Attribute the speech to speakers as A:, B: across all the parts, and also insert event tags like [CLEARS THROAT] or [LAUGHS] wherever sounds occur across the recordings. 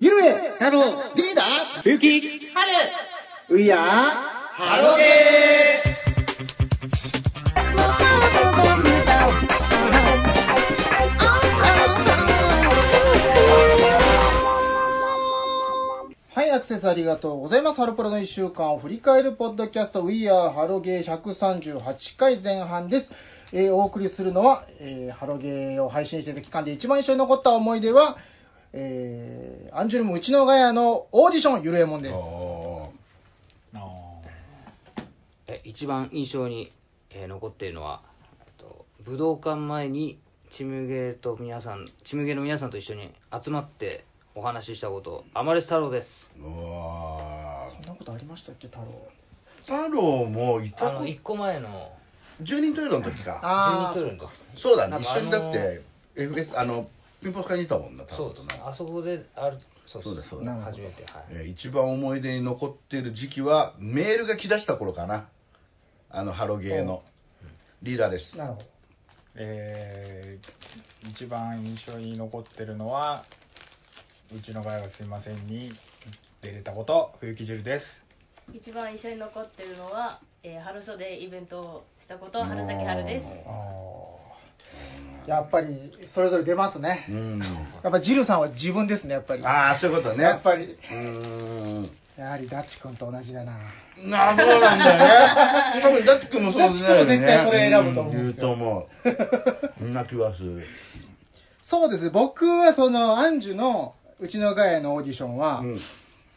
A: で、
B: 太郎、
A: リーダー、
B: ゆき、
C: 春
A: ウィアー、ハロゲーはい、アクセスありがとうございます。ハロプロの1週間を振り返るポッドキャスト、We Are ハロゲー138回前半です。えーお送りするのは、えーハロゲーを配信していた期間で一番印象に残った思い出は、えーアンジュルムうちのガヤのオーディション、ゆるえもんです。
D: お
B: え一番印象に、えー残っているのは、えっと武道館前にチムゲーと皆さん、チムゲーの皆さんと一緒に集まってお話ししたこと、アマレス太郎です。
D: ーお
A: そんなことありましたっけ、太郎。
D: ー太郎もい
B: あ
D: た
B: の
D: こ
B: 一個前の
D: 十人トイレの時か
A: あ
B: 12
A: ー
B: トルの時ですね
D: そうだね
B: なん
D: 一
B: か
D: 緒にだっ
B: あの
D: て FS あのピンポス買いにいたもんな太
B: そ
D: 郎
B: う
D: と
B: で
D: な
B: すね。あそこであるそう
D: そうだそうだ
A: なるほど
B: 初めてはい。
D: えー一番思い出に残ってる時期はメールが来だした頃かなあのハロゲーのリーダーです
A: なるほど。
E: えー一番印象に残ってるのはうちの場合はすいませんに出れたこと冬木汁です
C: 一番印象に残ってるのは、えー、春袖イベントをしたこと春崎春です
A: やっぱり、それぞれ出ますね
D: う。ん
A: やっぱジルさんは自分ですね、やっぱり。
D: ああそういうことね
A: やっぱり
D: うーん
A: やはりダッチ君と同じだな。
D: なあ、そうな
A: [LAUGHS]
D: んだね。多分、ダッチ君もそうだよ
A: ダ
D: ね。
A: ッチ君も絶対それ選ぶと思うんですよ
D: ん言うと思う。んな気はす
A: [LAUGHS]
D: る。
A: そうですね、僕はその、アンジュの、うちのガヤのオーディションは、
D: うん。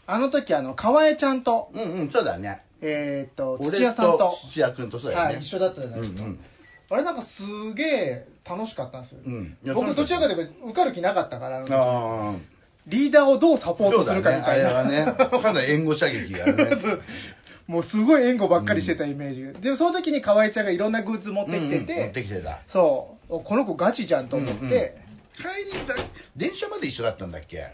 A: あの時、あの、河江ちゃんと、
D: うんうん、そうだね。
A: えーっと、土屋さんと、
D: 俺土屋君とそうだよ
A: は
D: ね。
A: い、一緒だったじゃないですか。
D: うん
A: あれなんかすげえ楽しかったんですよ。
D: うんいや
A: 僕、
D: 楽
A: ど
D: し
A: ち
D: かっ
A: ら
D: た
A: かというと受かる気なかったから、あの
D: うん。
A: 時
D: ああ。
A: リーダーをどうサポートするかみたいな。
D: そうだね、あれは [LAUGHS] ね、かなり援護射
A: [LAUGHS]
D: 撃がね。
A: もうすごい援護ばっかりしてたイメージ、でその時に河合ちゃんがいろんなグッズ持ってきてて、
D: うんうん持ってきてた。
A: そうおこの子ガチじゃんと思って、
D: 帰りだ、電車まで一緒だったんだっけ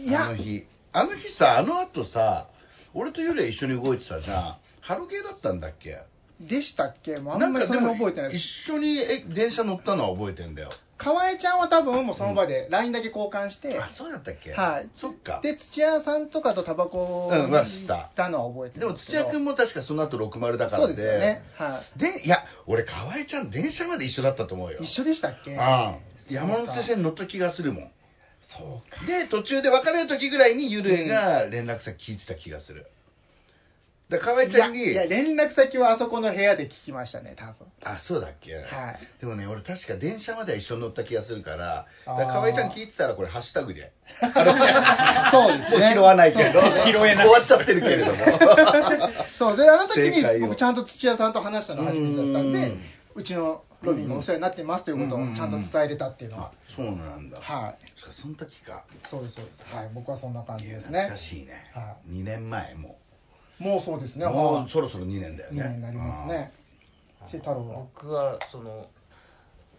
A: いや
D: あの日。あの日さ、あの後さ、俺とユリア一緒に動いてたじゃん。ハロゲーだったんだっけ
A: でしたっけもうあんまりそれも覚えてないで
D: 一
A: す
D: 緒にえ電車乗ったのは覚えてんだよ。
A: 河合ちゃんは多分もうその場で LINE だけ交換して、
D: あ、そうだったっけ
A: はい
D: そっか。
A: で土屋さんとかとタバコを
D: うんまあ
A: 吸
D: 吸
A: っ
D: った
A: たのは覚えて
D: でも
A: ます
D: 土屋君
A: も
D: も確かその後60だから
A: そうですよね、は
D: でいや俺河合ちゃん電車まで一緒だったと思うよ
A: い、一緒でしたっけ
D: ああ山手線乗った気がするもん
A: そうか
D: で途中で別れる時ぐらいにゆるえが連絡先聞いてた気がする、だから河合
A: い
D: ちゃ
A: や
D: ん
A: い
D: に
A: や連絡先はあそこの部屋で聞きましたね多分
D: あそうだっけ、
A: はい
D: でもね俺確か電車までは一緒に乗った気がするからだ
A: あー
D: から河合ちゃん聞いてたらこれハッシュタグで
A: [LAUGHS] そうです
D: もう
A: ね
D: 拾わないけど、
E: 拾えな
D: 終
E: い
D: わっちゃってるけ
A: [LAUGHS]
D: れども
A: そうであの時
D: 正解
A: に
D: を
A: 僕ちゃんと土屋さんと話したの初めてだったん
D: う
A: で
D: ん
A: うちのロビンがお世話になってますということをちゃんと伝えれたっていうのは
D: あそうなんだ、
A: はい
D: そっかその時か
A: そうですそうですはい僕はそんな感じです
D: 懐
A: ね
D: かしいね、
A: は
D: 2年前も
A: もうそうです
D: う、
A: ね
D: も
A: は
D: うそろそろ2年だよ
A: い
D: ね
A: 2年になりますねし太郎は
B: 僕はその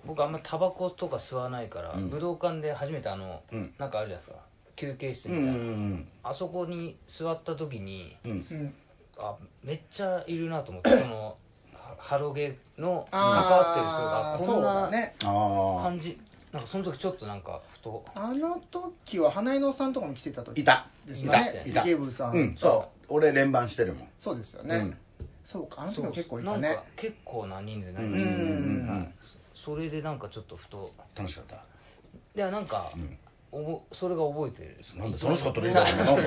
B: 僕あんまタバコとか吸わないから、
D: うん
B: 武道館で初めてあの、
D: うん
B: なんかあるじゃないですか休憩室
D: う
B: み
D: ん
B: た
D: う
B: いな、
D: ん
B: あそこに座った時に
D: うんうん
A: うん
B: あめっちゃいるなと
D: [COUGHS]
B: 思ってそのはハロゲの関わ
A: ああ
B: ってる人
A: そう
B: が
A: だ
B: こんな
A: ね
D: ああ
B: 感じ、なんかその時ちょっとなんかふと
A: あの時は花江のさんとかも来てた時
D: いた
A: です
D: い
A: よ
D: た
A: ね
D: いた
A: 池部さん
D: うんそう俺連番してるもん
A: そうですよ
D: う
A: ね
D: ん
A: そうかあの時も結構い
B: な
A: た
B: ん
A: ね
B: か結構な人数にな
D: う
B: り
D: ん
B: ま
D: うんう
B: し
D: ん
B: た、
D: う
A: うん
D: ん
B: それでなんかちょっとふと
D: 楽しかった
B: いやなんか、
D: うん
B: おぼそれが覚えてる
D: なんだ楽しかったね
B: なん [LAUGHS]
D: なんか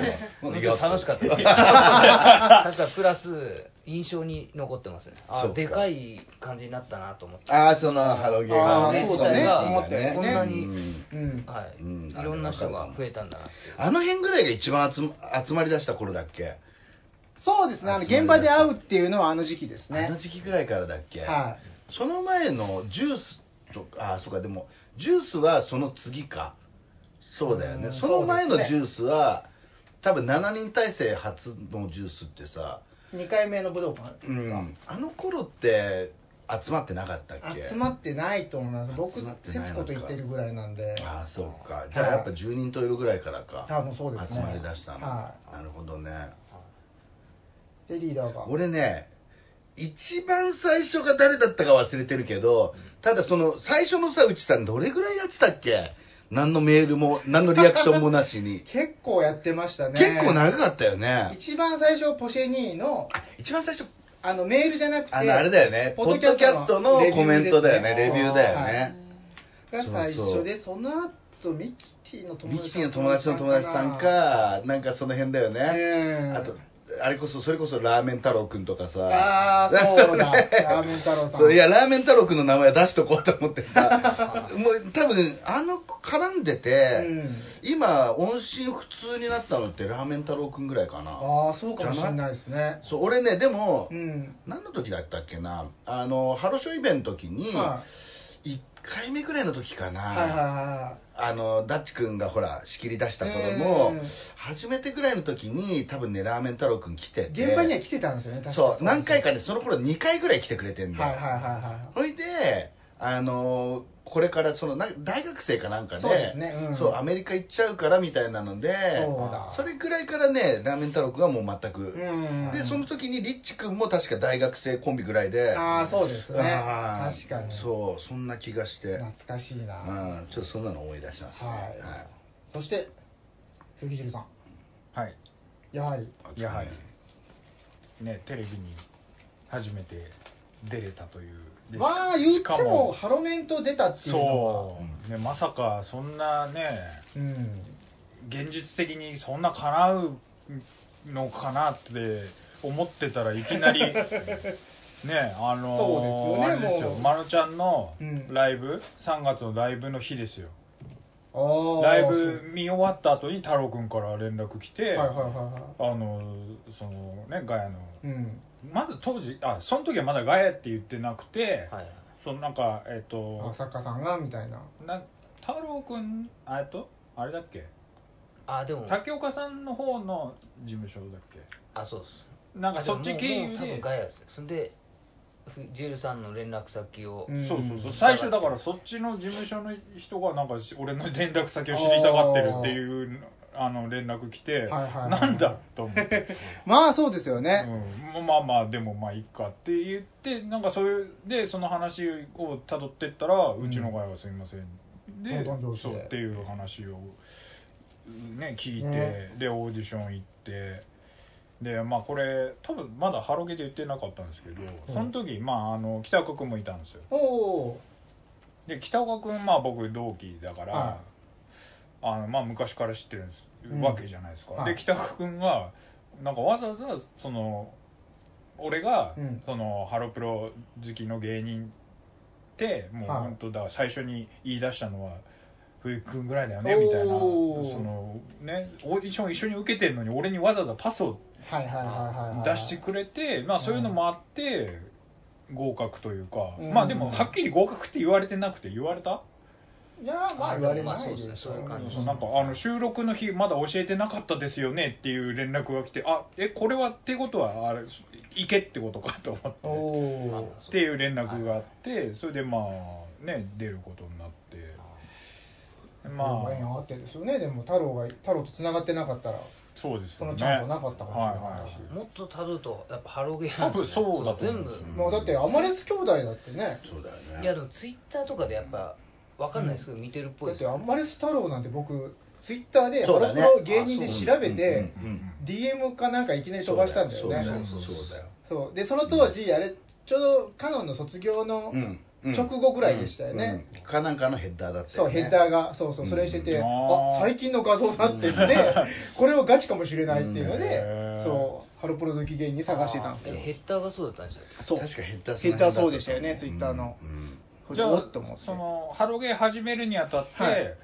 D: なんか
B: か楽しかったです [LAUGHS] 確かプラス印象に残ってますねあ
D: そうか
B: でかい感じになったなと思って
D: ああそのハロゲーが
A: あ
D: ね
A: ーそうだね
D: 思った
A: 思ったよねうん
B: はい、
D: うん
B: いろんな人が増えたんだなっていう
D: あの辺ぐらいが一番集ま集まりだした頃だっけ
A: そうですねあの現場で会うっていうのはあの時期です
D: あ
A: ね
D: の時期ぐらいからだっけ
A: は
D: その前のジュースとかあそうかでもジュースはその次かそうだよね
A: うん
D: その前
A: そう
D: の
A: です
D: ジ
A: ね
D: ュースは、多分7人体制初のジュースってさ、
A: い2回目の武道館
D: うん、あの頃って集まってなかったっけ
A: 集まってないと思います僕
D: 集まってないのか
A: 節子と言ってるぐらいなんで
D: ああそうかじゃあやっぱ10人といるぐらいからか、
A: 多分そうですね
D: 集まりだしたの、
A: は
D: なるほどね
A: いでリーダーが。
D: 俺ね一番最初が誰だったか忘れてるけどただその最初のさうちさんどれぐらいやってたっけ何のメールも、何のリアクションもなしに [LAUGHS]
A: 結構やってましたね
D: 結構長かったよね。
A: 一番最初ポシェニーの
D: 一番最初、
A: あのメールじゃなくて
D: あの、あれだよね。ポッドキャストのコメントだよね。レビューだよね。
A: が最初でその後ミキティの友
D: ミ
A: 達
D: キティの友達の友達さんか、なんかその辺だよね。
A: ね
D: あと、あれこそ、それこそラーメン太郎くんとかさ。
A: ああそうだ
D: [LAUGHS]
A: ラーメン太郎さん
D: そういや、ラーメン太郎くんの名前は出しとこうと思って
A: [LAUGHS]
D: さ、もう多分、あの子絡んで
A: う
D: て、
A: ん
D: 今、音信不通になったのってラーメン太郎くんぐらいかな。
A: ああそうかもしれないですね
D: そう、俺ね、でも、
A: うん
D: 何の時だったっけな、あの、ハロショーイベントの時に、
A: は
D: 1回目ぐらいの時かな、
A: いはいはいはい
D: あのダッチ君がほら仕切り出した頃の、
A: うん
D: 初めてぐらいの時に多分ねラーメン太郎君来てて
A: 現場には来てたんですよね確か
D: そう何回かでその頃2回ぐらい来てくれてんだ
A: はい
D: よ、
A: はいはいは
D: ほいであのこれからそのな大学生かなんかで
A: そうですねうん
D: そうアメリカ行っちゃうからみたいなので
A: そうだ
D: れぐらいからねラーメン太郎君はもう全
A: い
D: く、
A: うん
D: でその時にリッチ君も確か大学生コンビぐらいで
A: ああそうですね
D: あー
A: 確かに
D: そうそんな気がして
A: 懐かしいな
D: う
A: は
D: んちょっとそんなの思い出しましたね、
A: いそして藤汁さん
E: はい
A: やはり
D: はい
E: やはいねテレビに初めて出れたというで
A: まあ言っ
E: してか
A: もハロメンと出たっていうのは
E: そう、ね、まさかそんなね
A: うん
E: 現実的にそんな叶うのかなって思ってたらいき
A: [LAUGHS]
E: なりねあの
A: そうですよね
E: あれですよ
A: もう
E: まるちゃんの
A: うん
E: ライブ、3月のライブの日ですよ
A: あー
E: ライブ見終わった後に太郎くんから連絡来
A: は
E: て、
A: いはいはいは
E: あのそのねガヤの
A: いうん
E: まず当時あその時はまだガヤって言ってなくて、
B: はい
E: そのなんかえっ、と
A: 作家さんがみたいな
E: な太郎くんあえっとあれだっけ
B: あでも
E: 竹岡さんの方の事務所だっけ
B: あそうです
E: なんかそっ
B: で
E: ち
B: も
E: 経
B: も
E: 由
B: う多分
E: で
B: ガヤですそんでふジェルさんの連絡先を、
A: うん
E: そうそうそう最初だからそっちの事務所の人がなんかし俺の連絡先を知りたがってるっていうあの連絡来て、
A: はいはいはい
E: なんだと思って
A: まあそうですよね
E: うん、まあまあでもまあいっかって言ってなんかそういうでその話をたどってったら、うちの会はすみませんで
A: どんどん上司
E: そう
A: で
E: っていう話をね聞いて、
A: ね
E: でオーディション行ってでまあこれ多分まだハロゲで言ってなかったんですけど、
A: うん
E: その時まああの北岡君もいたんですよ
A: おお
E: で北岡君まあ僕同期だから、
A: はい
E: あのまあ昔から知ってるんです、
A: うん
E: わけじゃないですか、
A: はい
E: で北岡君がなんかわざわざその俺が、
A: うん
E: そのハロプロ好きの芸人ってもう
A: はい
E: 本当だ、最初に言い出したのは冬木君ぐらいだよねみたいな
A: おー
E: そのねオーディション一緒に受けてるのに俺にわざわざパスを
A: はいはいはいはいはい
E: 出してくれて、まあ、そういうのもあって、合格というか、
A: うん
E: まあでもはっきり合格って言われてなくて言われた、
A: いやまあ言われない
B: まあそうですねそういう感じ
E: そうなんかあの収録の日まだ教えてなかったですよねっていう連絡が来てあえこれはってことはあれ行けってことかと
A: お
E: 思って
A: お
B: そ
E: っていう連絡があって、それでまあね出ることになってま
A: まあ縁
E: あ
A: あってですよねでも太郎が太郎と繋がってなかったら
E: そうです
A: そ
E: よね
A: のチャンスはなかったかもしれ
E: はい
A: な
E: はいい
A: し
B: もっとたどるとやっぱハロゲー
E: 多分そうだと思
B: 全
E: うんで
B: 部
E: すよ
A: まあだってアマレス兄弟だってね
D: そうだよね
B: いやでもツイッターとかでやっぱわかんないですけど、見てるっぽい
A: だっ
B: です
A: てア
B: よ
A: マレス太郎なんて僕ツイッターでハ
D: そう
A: ロ
D: だ
A: プ
D: ね
A: ロ芸人で調べて
D: うんうん
A: DM かなんかいきなり飛ばしたんだよ
D: そう
A: ね
D: そうそうだよ
A: そうでその当時あれちょうどカノンの卒業の
D: うんうん
A: 直後ぐらいでしたよね
D: うんかなんかのヘッダーだったよ
A: そう
D: ね
A: ヘッダーがそうそうそれしてて
E: うん
A: あ最近の画像だって言ってこれをガチかもしれないっていうの
E: へ
A: で
E: ー
A: そうハロプロ好き芸人探してたんですよ
B: えヘッダーがそうだったんですよ
A: そう
D: 確かヘッダー
A: ヘッダーそうでしたよねツイッターの
D: うん
E: じゃ
A: お
E: あ
A: っと思って
E: そのハロゲー始めるにあたって、
A: はい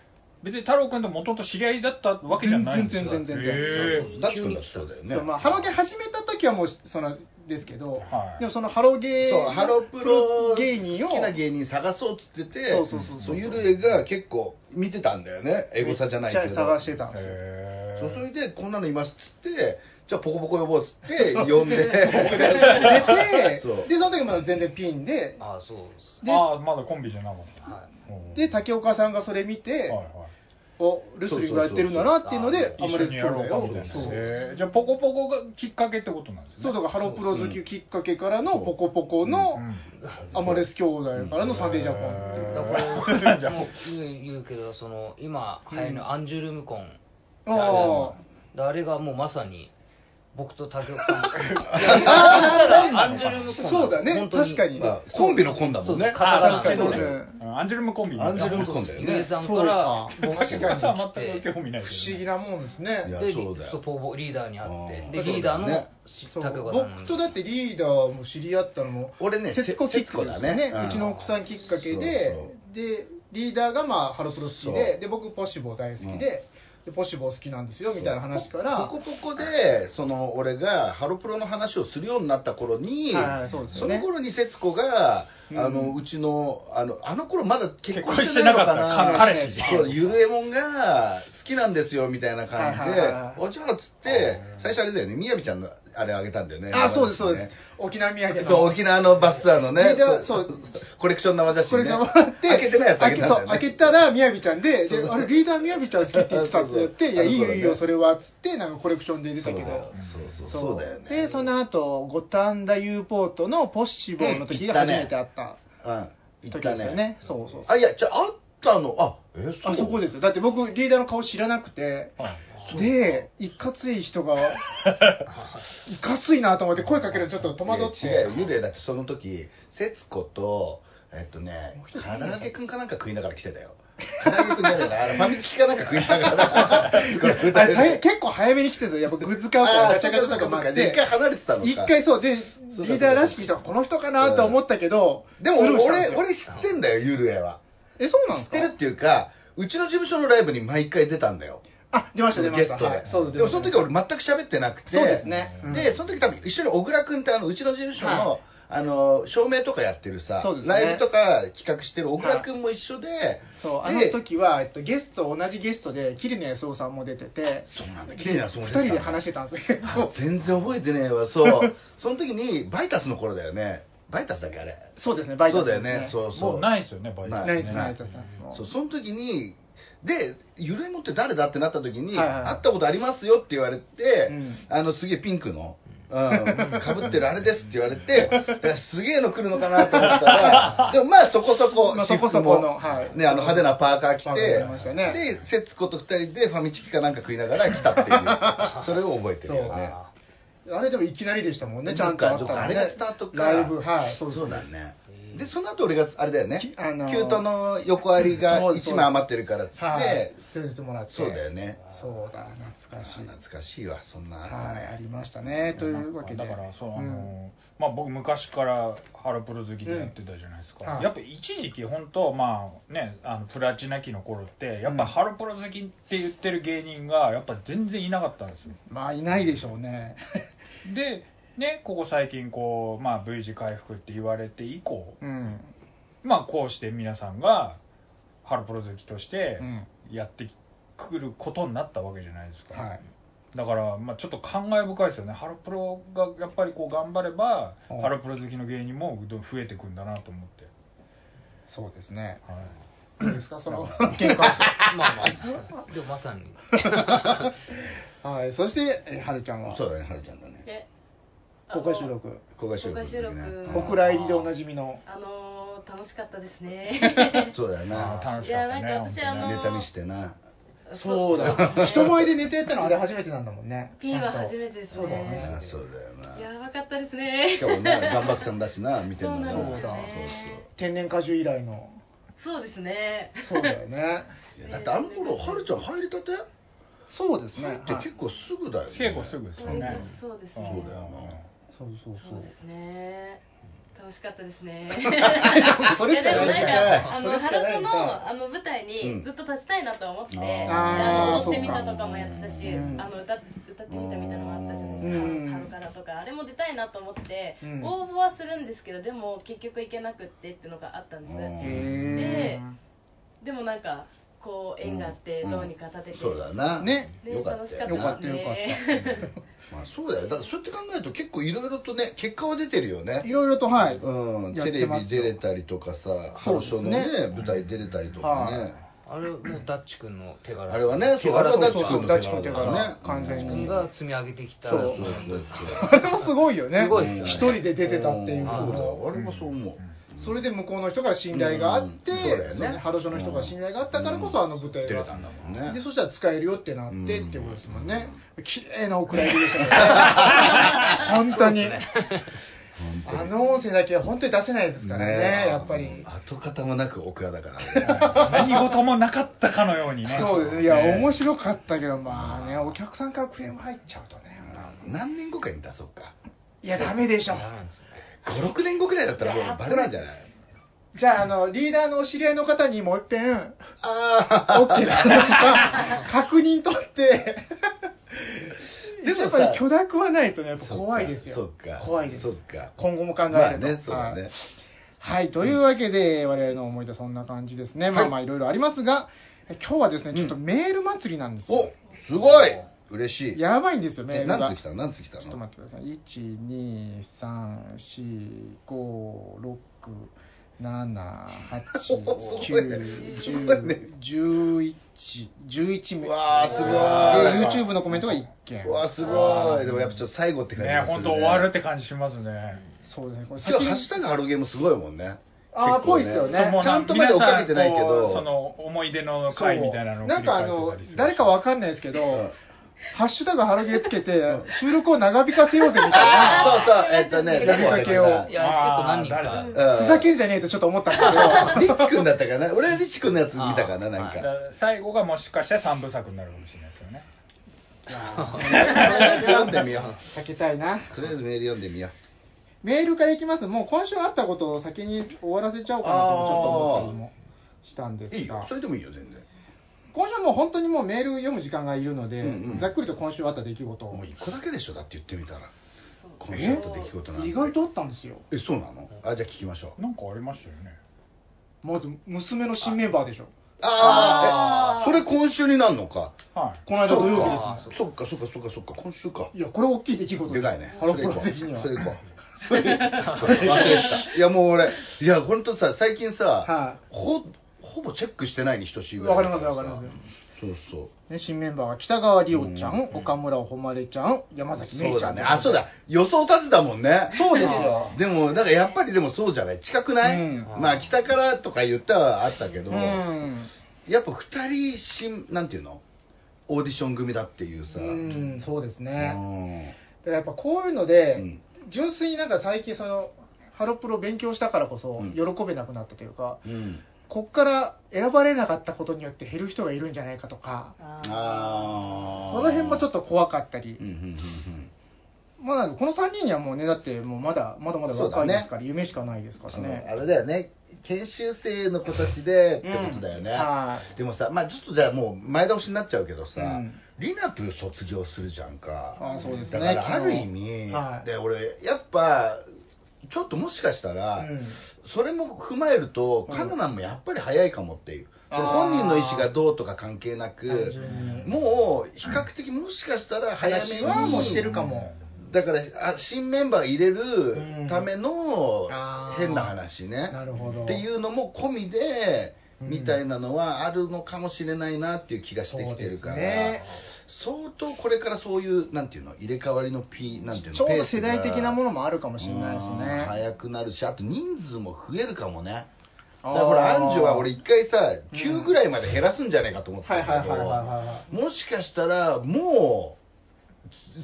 E: 別に太郎君ともともと知り合いだったわけじゃないんです
A: 全
E: か
A: 然全然全然
E: へ
B: そう
E: ー
B: そう
D: ダッチ君だってそうだよね
A: そうまあ、ハロゲ始めた時はもうそのですけど、
E: はい
A: でもそのハロゲ
D: そうハロプロ
A: 芸人を
D: 好きな芸人探そうっつってて
A: そうそうそうそう
D: ゆるえが結構見てたんだよねエゴサじゃないけ
A: めっ
D: ど
A: ちゃ探してたんですよ
E: へー
D: そうそれでこんなのいますっつってじゃあポコポコ呼ぼうっつって呼ん
A: [LAUGHS]
D: で
A: 出て
D: そう
A: でその時まだ全然ピンで
B: ああそうです
A: で
E: ああまだコンビじゃなかった
B: は
E: うん
A: で竹岡さんがそれ見て、
E: はいは
A: レスリングやってるんだなっていうのでア
E: 一
A: マ
E: 緒
A: レス
E: に
A: 兄
E: やろう
A: 弟
E: か
A: を
E: みたいな
A: そう
E: へーじゃあポコポコがきっかけってことなんですね
A: そうだからハロプロ好ききっかけからのポコポコの
E: うん
A: アマレス兄弟からのサンデージャパンっていう
E: へ
B: だ
E: ー
B: から
E: [LAUGHS] じゃあ
B: もう言う言うけどその今流行るのアンジュルムコンってあるじゃないです
A: あ
B: かであれがもうまさに僕と竹岡さんいや言ったらアンジュルム
A: あ
B: コンなんです
A: そうだね
B: 本当
A: 確かに
D: まあ、コンビのコンだ
B: そ
D: も
B: うんそう
D: ね。
B: 片
E: あー
A: 確か
B: 手の
A: に
E: 確
B: ね
A: ね
E: うんアンジュルムコンビ
D: アンジュルムコンだよ
B: ゆえ
D: ね。
B: さん
A: そ
B: か
A: う
B: ら
A: か
B: 僕
A: 確
E: 僕
A: か
E: は
A: に
E: さ
B: 来て
E: 全く興味ないけどね
A: 不思議なもんです
D: い
A: ね
D: や
B: で
D: そうだよ
B: そうポーボリーダーに会って
D: あー
B: でリーダー
D: そうだよ
B: の
D: ね
B: し
A: そ
B: 竹
A: う
B: 岡さん
A: 僕とだってリーダーも知り合ったのも
D: 俺ね、
A: 節子きっかけですよね
D: ん
A: うちの奥さんきっかけで
D: そう
A: でリーダーがまあハロプロ好き
D: そ
A: で
D: う
A: で僕ポシボ大好きで,、でポシボ好きなんですよみたいな話から
D: ポコポコでその俺がハロプロの話をするようになった頃に、
A: はいはいそうですよ
D: そ
A: ね
D: の頃に節子が、
A: うん
D: あのうちのあのあの頃まだ結婚
E: 結婚
D: し
E: しててな
D: な
E: か
D: か
E: っ
D: ったた
E: か彼氏
D: そうゆるえもんが好きなんですよみたいな感じで、
A: はいはいはいはい
D: おじゃあっつって最初あれだよねみやびちゃんのあれあげたんだよね
A: あそうですそうです、沖縄土産の
D: そう沖縄のバスツアーの
A: リ
D: ね
A: ーダーそ
D: そ
A: う
D: コレクション生写真、ね、
A: これじゃもらって
D: 開けてないやつあげたんだよね
A: 開けそう開けたらみやびちゃんで
D: そ
A: で
D: う
A: あれリーダーみやびちゃん好きって言ってたっつって「いや
D: そうそ
A: い
D: う
A: い
D: あの
A: よ
D: 頃ね
A: いいよそれは」っつってなんかコレクションで出
D: そ
A: た
D: う
A: けど
D: そうそうそうだよね
A: でその後五反田 U ポートのポッシボーの時が初めて会った
D: うん行っ
A: 時
D: た
A: です
D: ね
A: よねそうそう
D: あいやじゃああったのあえそう
A: あそこですよだって僕リーダーの顔知らなくてでいかつい人がいかついなと思って声かけるのちょっと戸惑っ
D: いや違
A: て
D: うよ幽霊だってその時節子とえっとね唐揚げくんかなんか食いながら来てたよ唐揚げくんじゃないなあ
A: [LAUGHS]
D: のファミチキかなんか食いながら節子の食い
A: あ
D: なが
A: れ
D: ら
A: さい結構早めに来てるんですよやっぱグッズ買うから
D: あ
A: ガチ
D: ーそ
A: ャ
D: う
A: ガ
D: か
A: チャ
D: そう
A: とかも
D: かそう
A: あ
D: か
A: っ
D: で
A: て
D: 一回離れてたのか
A: 一回そうでリ
D: そうか
A: ーダーらしき人はこの人かなと思ったけど
D: でも
A: スルーしたん
D: 俺
A: すよ
D: 俺知ってんだよ幽霊は
A: えそうなん
D: 知
A: で
D: っ
A: すか
D: てるっていうかうちの事務所のライブに毎回出たんだよ
A: あ出ました出ま
D: ゲ
A: し
D: ス
A: た
D: ト
A: は
D: で
A: いそう
D: でもその時
A: は
D: 俺全く喋ってなくて
A: そうですねうん
D: でその時多分一緒に小倉君ってあのうちの事務所
A: は
D: のあの照明とかやってるさ
A: そうですね
D: ライブとか企画してる小倉君も一緒で
A: そうあの
D: で
A: 時は、えっと、ゲスト同じゲストで桐野康夫さんも出てて
D: そうなん
A: で
D: だ綺麗なそう
A: 2人で話してたんですよ結
D: あ
A: 構
D: 全然覚えてねえわそうその時にバイタスの頃だよねバイタスだっけあれ
A: [LAUGHS] そうですねバイト
D: そうだよねそうそう
E: もうないですよねバイト
D: な
E: ね
A: ナ
D: い
A: イツ
D: な
A: ナ
D: い
A: イツさんも
D: そうその時にでゆるえもんって誰だってなった時に、
A: はいはい
D: 会ったことありますよって言われて、
A: うん
D: あのすげえピンクの。
A: [LAUGHS]
D: かぶってるあれですって言われてだからすげえの来るのかなと思った
A: [LAUGHS]
D: らでもまあそこそこ
A: まあ
D: 私服も
A: そこそこのはい
D: ね、あの派手なパーカー着
A: パーカー着て
D: て
A: ましたね
D: で節子と二人でファミチキかなんか食いながら来たっていう
A: [LAUGHS]
D: それを覚えてるよね
B: あ
A: あれでもいきなりでしたもんね、ちゃんとあったのね
D: そっかあれがスタートか
A: ライブ、はい、そ
D: そうう
A: です
D: そうだねでその後俺があれだよね、
A: きあのー
D: キュートの横ありが
A: そうです
D: 1枚余ってるからっつって、
A: はい、連れてってもらって、
D: そうだよね
A: そうだ、懐かしい。
D: 懐かしいわそんなあったね
A: はい、ありましたね、というわけで。
E: だからそうあの、
A: ん
E: まあ僕昔からハロプロ好きでやってたじゃないです
A: う
E: か、
A: んはい
E: やっぱ一時期本当まあねあのプラチナ期の頃ってやっぱハロプロ好きって言ってる芸人がやっぱ全然いなかったんですよ
A: まあ、いないでしょうね。 [LAUGHS]
E: でねここ最近こう、まあ、V 字回復って言われて以降
A: うん、
E: まあこうして皆さんがハロプロ好きとして
A: うん、
E: やってくることになったわけじゃないですか、
A: はい。
E: だから、まあ、ちょっと感慨深いですよね、ハロプロがやっぱりこう頑張れば、
A: うん
E: ハロプロ好きの芸人もどん増えてくんだなと思って、
A: そうです
D: [LAUGHS]
A: ね。
E: はい
A: どうですか、その喧嘩をし
B: ーまあまあでもまさに
A: て。 [LAUGHS] はい、そして、えはるちゃんは。
D: そうだねはるちゃんだね
C: であの
A: 公開収録。
D: 公開収録の時ね
C: 公開収録
A: お蔵入りでおなじみの。
C: あのー楽しかったですね
D: うんそうだよ
E: あ
D: な
E: ー楽しかったね
C: いやなんか私
E: 本当ね
C: あのー
D: ネタにしてな
A: そうだ
C: ですね。
A: [LAUGHS] 人前でネタやったの、あれ初めてなんだもんね。
C: ピンは
A: ちゃんと
C: 初めてです
A: そうだよ
D: あ
A: ね
C: ね
D: ーそうだよな
C: やばかったですね
D: しかもな岩爆さんだしな見てるのな
C: そうなんです
A: よね
D: そうそう
A: 天然果汁以来の。
C: そうですね
A: [LAUGHS] そうだよね。
D: いやだってあの頃はるちゃん入りたて
A: そうですね。
D: 入って
A: はい
D: 結構すぐだよね
E: 結構すぐですよ
C: だい
E: ね
C: ぶ、そうです
D: そ
C: ね
D: うだよ
A: そうそう
C: そうですね楽しかったですね
A: そう。それしかない
C: い
A: か
C: や
A: ら。
C: でもなんかあ
A: そ
C: の
A: れし
C: ハ
A: か
C: ロ
A: ないか
C: ソのあの舞台
D: う
C: に
D: ん
C: ずっと立ちたいなとは思ってて、
D: あー
A: あー
C: あの踊ってみ
A: そ
C: た
A: う
D: か
C: とかもやってたし、
A: うん
C: あの歌歌ってみたみたいなのもあったじゃないです
A: うん
C: か、ハロカラとかあれも出たいなと思って、
A: うん
C: 応募はするんですけどでも結局行けなくってっていうのがあったんです、
D: うん
A: へえ。
C: でもなんかこう縁があって
D: うん
C: どうにか立てて、
D: そうだな
A: ね
C: ね
D: よか
C: 楽
D: っ
C: したか
D: よ
C: っ
A: よか
C: た
A: っ
C: で
A: た
C: す
A: よかっ
C: ね
D: まあそうだよだからそうやって考えると結構いろいろとね結果は出てるよね
A: いろいろとはい。
D: うん、
A: やっ
D: テ
A: て
D: レ
A: ま
D: ビ
A: すよ
D: 出れたりとかさ、ハ
A: そう
D: ロ
A: で
D: ショ
A: す
D: ーの
A: ね
D: ね、舞台出れたりとかね、
B: あれもうダッチ君の手柄
D: あれはねそ
B: 手
D: うあれ
B: 柄
D: はダッ
B: そう
D: チ
B: そう
D: 君
A: ダッチ君ってから
D: ね
A: ね完全
B: 君
A: に
B: が積み上げてきた
A: そう
D: そうそうそう
A: あれもすごいよね
B: すごいっすよね
A: 一人で出てたっていう
D: うん
A: の
D: そうだ
A: は
D: 俺もそう思う、
A: それで向こうの人から信頼があって、
D: うんそうだよね
A: そうねハロショの人から信頼があったからこそあの舞台
D: 出れ
A: が
D: たんだもんね
A: でそしたら使えるよってなって
D: うん
A: ってことですもんね綺麗なお蔵入りでしたからね [LAUGHS] 本当にあの音声だけは本当に出せないですからねやっぱり
D: 跡形もなくオクラだからね
E: 何事もなかったかのように [LAUGHS] ね
A: そうですねいや面
E: い
A: 白かったけどまあねお客さんからクレーム入っちゃうとね
D: 何年後かに出そうか
A: いやダメでしょ
B: ダメなんですね
D: 56年後くらいだったらもうバレないんじゃない
A: じゃああのリーダーのお知り合いの方
D: [LAUGHS]
A: にもう一遍
D: あ [LAUGHS]
A: オッケーだな確認取って
D: で
A: で
D: も
A: も
D: さ
A: やっぱり許諾はないとねやっぱ
D: ー
A: 怖いですよ
D: そっか
A: 怖いです
D: そっか
A: 今後も考えると、
D: まあねそうだ
A: は
D: ね
A: いはいというわけで我々の思い出そんな感じですね、まあまあいろいろありますが今日はですねちょっとメール祭りなんですよ
D: お、すごい嬉しい
A: やばいんですよメー
D: え
A: ルが
D: 何つ来たの何つ来たの
A: ちょっと待ってください。一二三四五六七八
D: おすごい
A: 九
D: すごいね
A: 十十一十一名。
D: うわーすごい
A: で YouTube のコメントが一件
D: う。わすごいでもやっぱちょっと最後って感じ
E: ね
D: がする
E: 本当終わるって感じしますね
A: そうですね。これ
D: 今日
A: 先
D: ハッ
A: に
D: シュタグハロゲーもすごいもんね
A: あー
D: 結構
A: ぽいっすよね
E: そうもう
D: ちゃんとまで追っかけてないけど
E: 皆さんこうその思い出の回みたいなのを
A: なんかあの誰かわかんないですけど、ハッシュタグハロゲーつけて収録を長引かせようぜみたいな。
D: あそうそうえっとね
A: 呼びかけを
B: いや結構何人
E: あー
B: か
E: 誰
D: うん
A: ふざけんじゃねえとちょっと思ったん
D: [LAUGHS]
A: ですけど。
D: リッチ君だったかな俺はリッチ君のやつ見たかなな
B: あー
D: ん
E: だ
D: か
E: から最後がもしかして三部作になるかもしれないですよね
D: 読んでみよう
A: 避けたいな。
D: とりあえずメール読んでみよう
A: メールからいきます。もう今週あったことを先に終わらせちゃおうかなともちょっと思ったりもしたんです
D: いい
A: が
D: よそれでもいいよ全然
A: 今週はもう本当にもうメール読む時間がいるので、
D: うんうん
A: ざっくりと今週あった出来事
D: も
A: を
D: う一個だけでしょだって言ってみたら
C: そう
D: コンセプト出来事なんて
A: 意外とあったんですよ
D: えそうなのあじゃあ聞きましょう
E: なんかありましたよね
A: まず娘の新メンバーでしょ
D: ああ
C: あー
D: えそれ今週になるのか
E: は
A: この間土曜日で
B: あ
A: す
B: ー
D: そっかそっかそっかそっか今週か
A: いやこれ大きい出来事
D: でかいね
A: ハロプロ的には
D: それ行こうそれ行こうそれ忘れてたいやもう俺いや本当さ最近さ、
A: はい
D: ほほぼチェックしてないに等しいぐら
A: わ
D: い
A: か
D: だ
A: り
D: ら
A: ま
D: さ
A: すわかります、
D: そうそう
A: ね、新メンバーは北川里央ちゃん、
D: うん
A: 岡村誉ちゃん山崎芽
D: そ
A: 衣
D: う
A: ちゃ
D: だ
A: ん
D: ねあそうだ予想立てたもんね
A: そうですよ
D: [LAUGHS] でもなんかやっぱりでもそうじゃない近くない、
A: うん
D: まあ北からとか言ったはあったけど、
A: うん
D: やっぱ2人新なんていうのオーディション組だっていうさ、
A: うんそうです
D: う
A: ね、だ
D: ん
A: からやっぱこういうので、
D: うん
A: 純粋になんか最近そのハロプロ勉強したからこそ
D: うん
A: 喜べなくなったというか、
D: うん
A: こっから選ばれなかったことによって減る人がいるんじゃないかとか
C: あー
D: ああ
A: その辺もちょっ
D: と
A: と怖かったり
D: う、んうんうん
A: まあ、なんかこの3人にはもうねだってもうまだまだまだ若いですから、夢しかないですから
D: うん
A: ね。
D: あれだよね研修生の子たちでってことだよね、
A: うんは
D: でもさまあちょっとじゃあもう前倒しになっちゃうけどさ、
A: うん
D: リナプー卒業するじゃんか
A: あそうです
D: だ
A: ね
D: からあ
A: 昨
D: る
A: 日
D: 意味、
A: はい
D: で俺やっぱちょっともしかしたら、
A: うん
D: それも踏まえると
A: うん
D: カナダもやっぱり早いかもっていう、
A: あー
D: その本人の意思がどうとか関係な
A: 単
D: く
A: 純に
D: もう比較的もしかしたら早め
A: 林
D: に
A: はもうしてるかも、
D: だからあ新メンバー入れるための
A: んあー
D: 変な話ね、
A: なるほど
D: っていうのも込みで、
A: うん
D: みたいなのはあるのかもしれないなっていう気がしてきてるから、
A: そうで
D: 相当これからそういうなんていうの入れ替わりのピなんていうの
A: ちょう
D: ペ
A: ど
D: ース
A: 世
D: が
A: 代的なものもあるかもしれないです
D: うん
A: ね。
D: 早くなるしあと人数も増えるかもねだ
A: あー
D: からほらアンジュは俺一回さ9ぐらいまで減らすんじゃないかと思って
A: は
D: た
A: いはいはい
D: け
A: はいはい
D: ど
A: はい
D: もしかしたらもう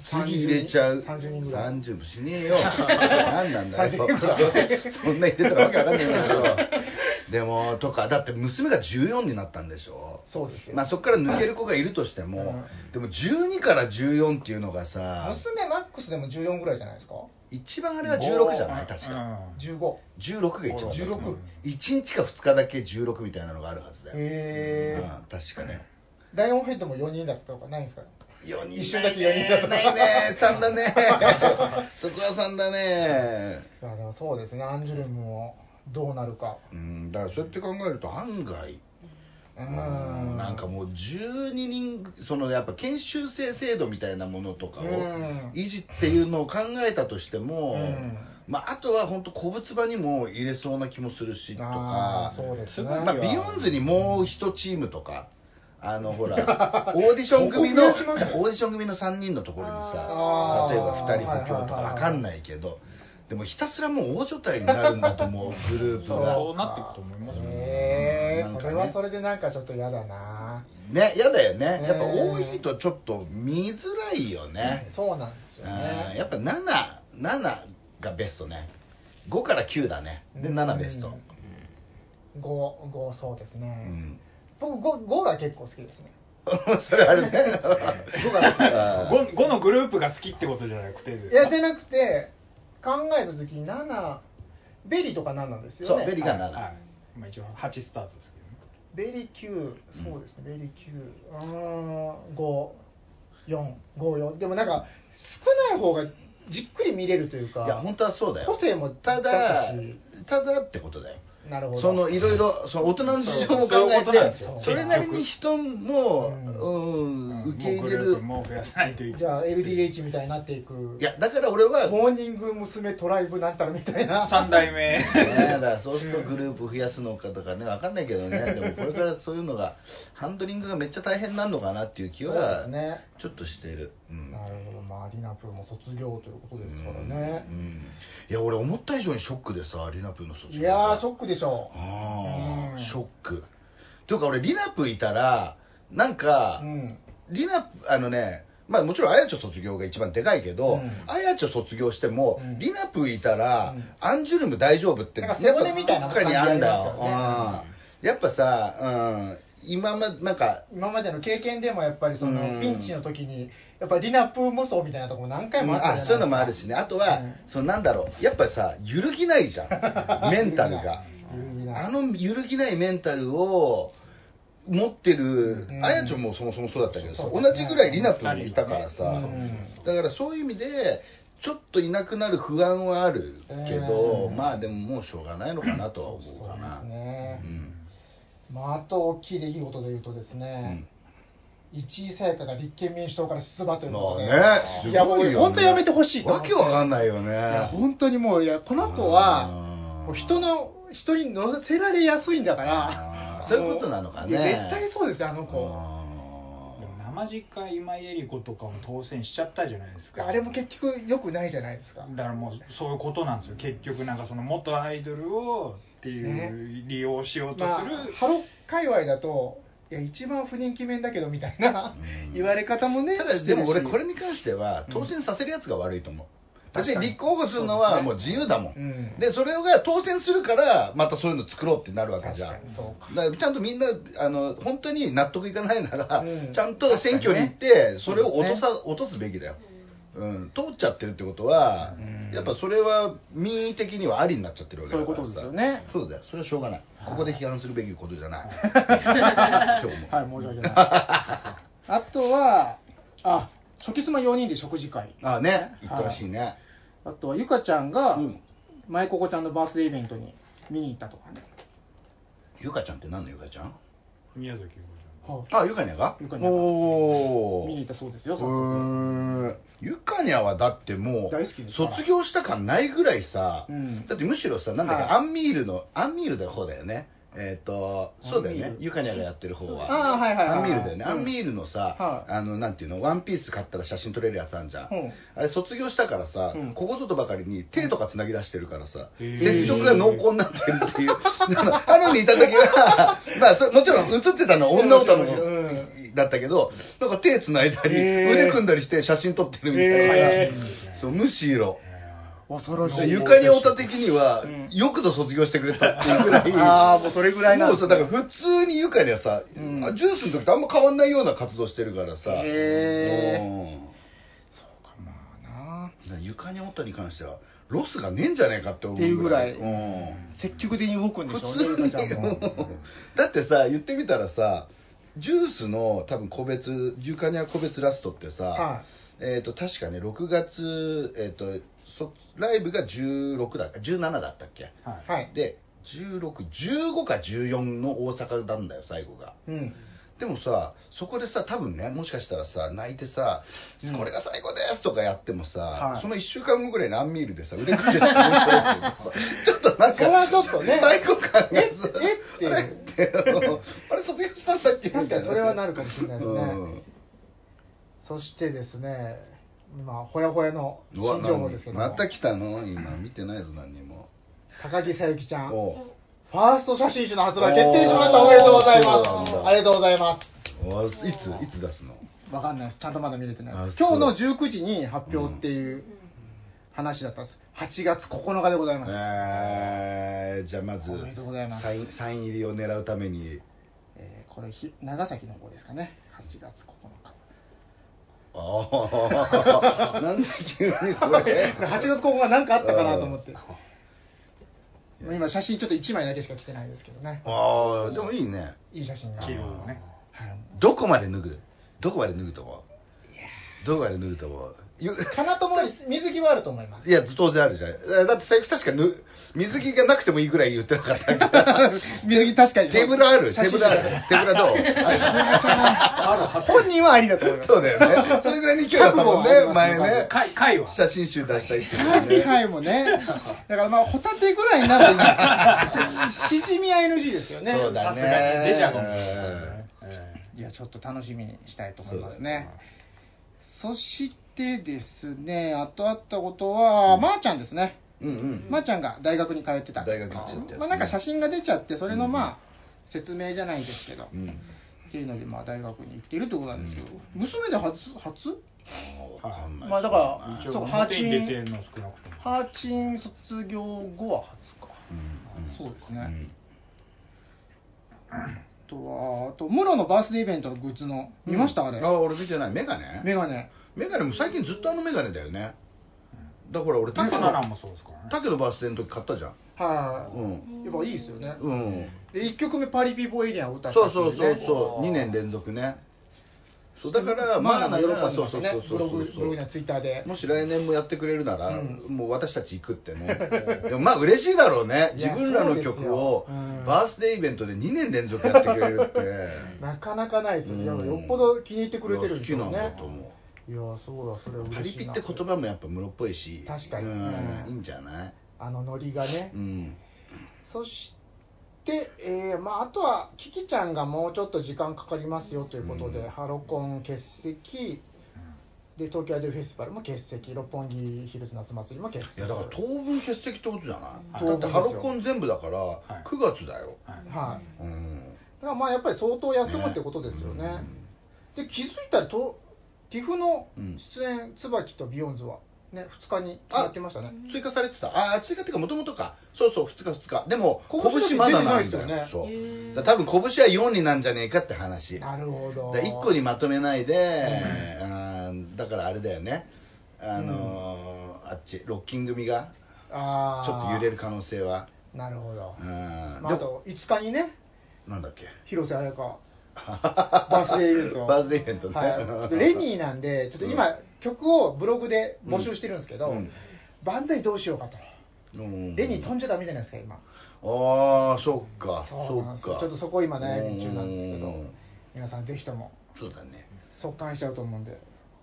D: 次入れちゃう
A: 30人ぐらい
D: 30もしねえ
A: [LAUGHS]
D: よ何なんだよそんな入れたらわけわかんないんだけどでもとかだって娘が14になったんでしょ
A: そうですよ、
D: まあそこから抜ける子がいるとしても、でも12から14っていうのがさ
A: 娘マックスでも14ぐらいじゃないですか
D: 一番あれは16じゃない確か、
A: 15
D: 16が一番
A: 16
D: 1日か2日だけ16みたいなのがあるはずだよ、
A: へえ
D: うん確かね
A: ライオンヘッドも4人だったとかないんですか
D: 4人
A: 一瞬だけ4人だった
D: ないね3だ [LAUGHS] ねそこは3だね
A: いやでもそうですねアンジュルムもどうなるか
D: うんだからそうやって考えると案外
A: うー
D: うん
A: ん
D: なんかもう12人そのやっぱ研修生制度みたいなものとかを
A: うん
D: 維持っていうのを考えたとしても、
A: うん
D: まあ、あとは本当古物場にも入れそうな気もするしと
A: あ
D: か
A: ーそうですね
D: ごいまあ、ビヨンズにもう一チームとかあ
A: [LAUGHS]
D: のほらオーディション組のオ
E: そこ増や
D: ー
E: します
D: ディション組の3人のところに
A: あ
D: さ
A: ー
D: 例えば2人補強とか
A: はいはいはいはい
D: わかんないけどでもひたすらもう大所帯になるんだと思
A: [LAUGHS]
D: うグループ
E: そ
D: が
E: うなっていくと思いますよ
A: え
D: なん
A: ー、
D: か
A: そ
D: ね
A: れはそれでなんかちょっと嫌だな、
D: ね嫌だよねやっぱ
A: ね
D: 多いとちょっと見づらいよね、
A: そうなんですよ
D: うん
A: ね
D: やっぱ77がベストね5から9だねで
A: うん
D: 7ベスト、
A: 55そうです
D: う
A: ね、
D: ん
A: 僕 5, 5が結構好きですね
D: [LAUGHS] それあるね
A: [LAUGHS] 5が好き
D: あー
E: 5, のグループが好きってことじゃなくてです
A: いやじゃなくて考えた時7ベリーとか7なんですよね
D: そうベリー
E: は
D: が
E: い
D: 7、
E: はいまあ、一応8スタートですけどね
A: ベリー9そうですね、ベリー9うーん5454でもなんか少ない方がじっくり見れるというか
D: いや本当はそうだよ
A: 個性も出
D: た
A: し
D: だ
A: たし、
D: ただってことだよ
A: なるほど
D: そのいろいろその大人の事情も
E: そ
D: 考
E: うそういう
D: え
E: ことなん
D: て
E: ですよ
D: それなりに人も
A: うん
D: うん
E: うん
D: 受け
E: も
D: 入
E: うグ
D: れ
E: ルー
D: る
E: プも増やさないといけ
A: じゃ
E: な
A: あ
E: い
A: LDH みたいになっていく
D: いやだから俺は
A: モーニング娘。トライブなんたらみたいな
E: 3代目
D: ねだからそうするとグループ増やすのかとかね分かんないけどねでもこれからそういうのがハンドリングがめっちゃ大変なのかなっていう気
A: そうで
D: は
A: すね
D: ちょっとしてる、うん
A: なるほどまあリナプーも卒業ということですからね
D: うん、うんいや俺思った以上にショックでさリナプーの卒業
A: いやーショックでしょ
D: あ
A: う
D: あ
A: ん
D: ショックというか俺リナプーいたらなんか、
A: うん
D: リナあのねまあもちろんあやちょ卒業が一番でかいけ
A: う
D: ど
A: ん、
D: あやちょ卒業しても、
A: うん
D: リナプーいたら、
A: うん
D: アンジュルム大丈夫って
A: なんか背骨みたいな
D: やっぱどっかにあんだよ
A: 感じありま
D: うんやっぱさ、うん、今までなんか
A: 今までの経験でもやっぱりその
D: うん
A: ピンチの時にやっぱりリナプー無双みたいなところも何回もあったじゃない
D: あ
A: です
D: そ
A: か、
D: ういうのもあるしねあとは、
A: うん
D: そのなんだろうやっぱさ揺るぎないじゃ
A: [LAUGHS]
D: んメンタルが
A: 揺るぎない
D: あの揺るぎないメンタルを持ってる、
A: うん
D: あやちょもそもそもそうだったけどさ、
A: そうだ
D: 同
A: ね
D: じぐらいリナプーもいたからさ、
A: うん
D: だからそういう意味でちょっといなくなる不安はあるけど、
A: うん
D: まあでももうしょうがないのかなとは思うかな
A: そうですね
D: うん
A: まあ、あと大きい出来事で言うとですね、一位さやかが立憲民主党から出馬ということで、
D: まあねすごいよね
A: やもう本当やめてほしいと思
D: わ
A: って
D: けわかんないよ
A: いや
D: ね
A: 本当にもういやこの子はもう人の人に乗せられやすいんだから
D: あーそういうことなのかね
A: いや絶対そうですよあの子
E: でも生実家今井絵理子とかも当選しちゃったじゃないですか
A: あれも結局良くないじゃないですか
E: だからもうそういうことなんですよ結局なんかその元アイドルをっていう利用しようと
A: まあ
E: する、
A: ハロ界隈だといや一番不人気面だけどみたいな
D: うん
A: 言われ方もね
D: ただでも俺これ
A: してるし
D: に関しては当選させるやつが悪いと思う、別
A: 確か
D: に
A: に
D: 立候補するのはもう自由だもん
A: う、ん
D: でそれが当選するからまたそういうの作ろうってなるわけじゃん
A: 確かにそうか
D: だからちゃんとみんなあの本当に納得いかないなら、
A: うん
D: ちゃんと選挙に行って、それを落とさ、落とすべきだよ、うん、通っちゃってるってことは、やっぱそれは民意的にはありになっちゃってるわけ
A: そうい
D: だ
A: う
D: か
A: こ
D: ら
A: とで
D: さ
A: すよね
D: そうだよそれはしょうがないここで批判するべきことじ
A: [LAUGHS]
D: ゃないって思う
A: はい申し訳ないあとはあ初期妻4人で食事会
D: ああね言ったらしいね、
A: あとはゆかちゃんが
D: うん
A: 舞ここちゃんのバースデーイベントに見に行ったとかね、
D: ゆかちゃんって何のゆかちゃん
E: 宮崎ゆう
A: は
D: あゆかにゃが
A: ゆかにゃが
D: お
A: あ
D: お
A: 見に行ったそうですよ早速
D: うーんゆかにゃはだっても
A: 大好きで
D: う
A: すから
D: 卒業した感ないぐらいさ、
A: うん
D: だってむしろさなんだか、
A: はい
D: アンミールのアンミールの方だよねえっ、とそうだよ
A: アン
D: ね
A: ミール
D: ゆかにゃがやってる方は。
A: ああはいはいはい
D: アンミールだよね、
A: うん
D: アンミールのさ、
A: はい
D: あのなんていうのワンピース買ったら写真撮れるやつあんじゃん、
A: うん
D: あれ卒業したからさ、
A: うん
D: ここぞとばかりに手とかつなぎ出してるからさ、
E: へー
D: 接触が濃厚になってるっていう [LAUGHS] あのにいた時は [LAUGHS] まあそもちろん映ってたのは女歌の
A: もちろんもちろん
D: だったけどなんか手つないだり、
A: へー
D: 腕組んだりして写真撮ってるみたいな、
A: へ
D: そうむしろ
A: 恐ろしい
D: ゆかりおた的には、
A: うん
D: よくぞ卒業してくれたっていうぐらい
A: [LAUGHS] ああもうそれぐらいなん
D: もう
A: です
D: さ
A: ね
D: だから普通にゆかりはさ、
A: うん
D: あジュースの時とあんま変わんないような活動してるからさ
A: へー
D: うん
A: なあ
D: だからゆかにおたに関してはロスがねえんじゃねえかって思う
A: っ
D: う
A: て
D: ん
A: 積極的に動くんで
D: 普
A: しょう
D: 通
A: ね
D: に
A: ゆかちゃんも
D: だってさ言ってみたらさジュースの多分個別ゆかには個別ラストってさ、
A: は
D: えっ、と確かね6月えっ、とそライブが16だ17だったっけ
E: はい
A: はい
D: で1615か14の大阪なんだよ最後が [LAUGHS]
A: うん
D: でもさそこでさ多分ねもしかしたらさ泣いてさ「これが最高です」とかやってもさ、
A: はい
D: その1週間後ぐらいのアンミールでさ腕組んで
A: [LAUGHS]
D: さちょっとなんか
A: それはちょっとね
D: 最高感がさ
A: ええ
D: あれってあれ卒業したんだっけ
A: 確かにそれはなるかもしれ
D: みた
A: ないい
D: な
A: ですね、
D: うん
A: そしてですね今ほやほやの
D: うわ
A: 新情報ですけども
D: また来たの今見てないぞ何にも
A: 高木さゆきちゃんフ
D: お
A: ァースト写真集の発売決定しましたおめでとうござい
D: おー
A: ま
D: そう
A: す
D: なんだ
A: ありがとうございます
D: おいついつ出すの
A: わかんないですちゃんとまだ見れてないです
D: あ
A: 今
D: そ
A: 日
D: う
A: の19時に発表っていう話だったんです8月9日でございます、
D: えー、じゃあまず
A: おめでとうございます
D: サインサイン入りを狙うために
A: えーこれひ長崎の方ですかね8月9日
D: あ
A: [LAUGHS]
D: あなんで急にそれ
A: これ8月9日なんかあったかなと思って
D: うん
A: もう今写真ちょっと1枚だけしか来てないですけどね
D: ああでもいいね
A: いい写真が、
E: 黄色をね
A: はい
D: どこまで脱ぐどこまで脱ぐと思うどこまで脱ぐと思うゆ [LAUGHS]
A: かなとも水着はあると思います
D: いや当然あるじゃんえだって最近確かぬ水着がなくてもいいぐらい言ってなかったっけ
A: [LAUGHS] [LAUGHS] 水着確かに
D: テーブルあるテ
A: 写
D: ー
A: 真
D: ブルある
A: [LAUGHS]
D: テーブルはどう
A: 本人はありだと思い [LAUGHS] ます
D: そうだよね。それぐらいの勢いだったもんね
A: 覚、悟はあり
D: 前
A: ますね
D: ね。
E: か回は
D: 写真集出したりっていう
A: カ
D: の
A: ー
D: ね。
A: ハイもねだからまあホタテぐらいになるといいん [LAUGHS] ですけどしじみは NG ですよね
D: そうだね
E: さすがに出ちゃうかもしれないですねえ
A: いやちょっと楽しみにしたいと思いますねそしてですねあとあったことは、まー、ちゃんですね
D: うんうん。
A: まー、ちゃんが大学に通ってた
D: 大学に行ってたやつね
A: まあ、なんか写真が出ちゃってそれのまあ、
D: うん
A: 説明じゃないですけど、
D: う
A: っ
D: ん。
A: ていうのでまあ大学に行っているってことなんですけど、娘で初初
D: わかんない
A: まあだから
E: 一
A: そ
E: 応
A: うハー
E: 表
A: チン
E: に出てるの少なくとも
A: ハーチン卒業後は初か、
D: うんうん
A: そうです
D: う
A: ね、あ
D: ん。
A: とはあとムロのバースデーイベントのグッズの見ましたあれ、
D: あ、俺見てない。メガ
A: メ
D: ネ
A: ガネ
D: メガネも最近ずっとあのメガネだよね。だから俺、
E: 竹
D: 竹
E: 野
D: の
E: 蘭、もそうですからね
D: 竹のバースデーの時買ったじゃん。
A: はい、
D: うん。
A: やっぱいいですよね、
D: うん。
A: で1曲目「パリピボーイリアン」を歌った
D: そ
A: って
D: う
A: いね
D: そうそうそう。2年連続ね。そうだから、
A: マ
D: ま
A: ー
D: あ、
A: ナが喜んで
D: そ
A: ま
D: う
A: した
D: そう
A: ね
D: そうそ
A: ブ
D: う
A: ログブログやツイッターで
D: もし来年もやってくれるなら、
A: うん
D: もう私たち行くってね、でもまあ嬉しいだろうね、
A: いや
D: 自分らの曲を
A: そうですようん
D: バースデーイベントで2年連続やってくれるって、
A: なかなかないですよね、
D: うん
A: よっぽど気に入ってくれてるん
D: 好
A: で
D: き
A: しょう
D: なんだ
A: ね
D: と思
A: いやそうだそれは
D: う、パ
A: 嬉
D: リ
A: しい
D: ピっ
A: な
D: て言葉もやっぱ室っぽいし、
A: 確かに
D: うん
A: うん
D: いいんじゃない、
A: あのノリがね、
D: うん、
A: そして、えーまあ、あとはキキちゃんがもうちょっと時間かかりますよということで、
D: うん
A: ハロコン欠席で東京アイドルフェスティバルも欠席六本木ヒルズ夏祭りも欠席
D: いやだから当分欠席ってことじゃない、
A: はい
D: だってハロコン全部だから、
E: い
D: 9月だよ、
E: はい
A: はい
D: うん、
A: だからまあやっぱり相当休むってことですよねで気づいたらとティフの
D: うん
A: 出演、椿とビヨンズはね2日に決まってましたね
D: うん追加されてた、ああ、追加っていうか、もともとか、そうそう、2日、2日、でも、
A: 拳
D: 拳まだなん
A: 出てない
D: だ
A: ですよね、
D: よそう
C: へー
D: だから多分拳は4になんじゃねえかって話だか
A: なるほど
D: ら1個にまとめないで、あーだからあれだよねあのーあっちロッキン組が
A: あー
D: ちょっと揺れる可能性は
A: なるほど
D: う、ん、
A: まあ、
D: で
A: あと5日にね
D: なんだっけ
A: 広瀬彩
D: [LAUGHS]
A: 香バースデーイベント
D: バースデーイベントね、
A: はい、ちょっとレニーなんでちょっと今、曲をブログで募集してるんですけど、
D: うん
A: 万歳どうしようかと、
D: うん
A: レニー飛んじゃダメじゃないですか今
D: ああそっか
A: そうなん
D: そ
A: ですよ
D: っか
A: ちょっとそこ今悩み中なんですけ
D: う
A: ど
D: ん
A: 皆さんぜひとも
D: そうだね
A: 速乾しちゃうと思うんで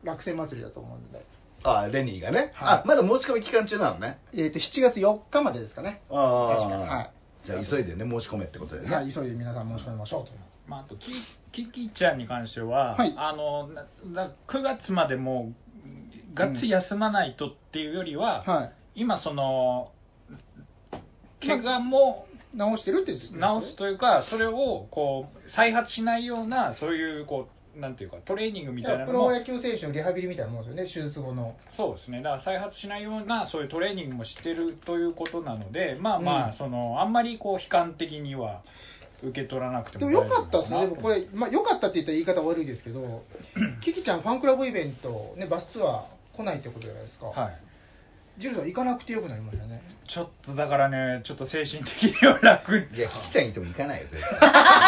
A: 落選祭りだと思うんで、
D: あーレニーがね、
A: はい
D: あまだ申し込み期間中なのね
A: えー、と7月4日までですかね
D: あ
A: 確かには
D: じゃあ急いでね申し込めってことで
A: い、
D: ね、
A: はい、急いで皆さん申し込みましょうと
E: まあ、あとキキキちゃんに関しては、
A: はい
E: あのなな9月までもうがっつり休まないとっていうよりは、
A: はい
E: 今その怪我も
A: 直してるって治
E: 治すというかそれをこう再発しないようなそういうこうなんていうかトレーニングみたいな
A: プ
E: の
A: ロ
E: も
A: 野球選手のリハビリみたいなもんですよね手術後の
E: そうですねだから再発しないようなそういうトレーニングもしてるということなのでまあまあ、
A: うん
E: そのあんまりこう悲観的には受け取らなくて
A: で
E: も
A: も
E: 大丈
A: 良
E: 夫
A: かっ
E: な
A: たですね、でもこ
E: と
A: れ、まあ、良かったって言ったら言い方悪いですけど、キキちゃん、ファンクラブイベント、ね、バスツアー来ないってことじゃないですか、
E: はい
A: ジルさん、行かなくてよくなりましたね、
E: ちょっとだからね、ちょっと精神的には楽
D: いや、キキちゃんいても行かないよ、絶対。絶対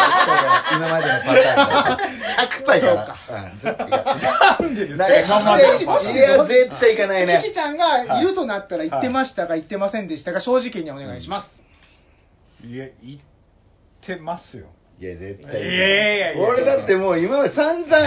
D: 今までのパターンだから。100倍から。うん、絶対行かない。
E: なんでで
D: なん
A: え
D: か、キキちゃん、
A: もし
D: いや、絶対行かないね
A: キ。キちゃんがいるとなったら、行ってましたが、行ってませんでしたが、正直にお願いします。
E: いや、言ってますよ。
D: いや、絶対。
E: いやいやいやいや
D: 俺だってもう今まで散々、い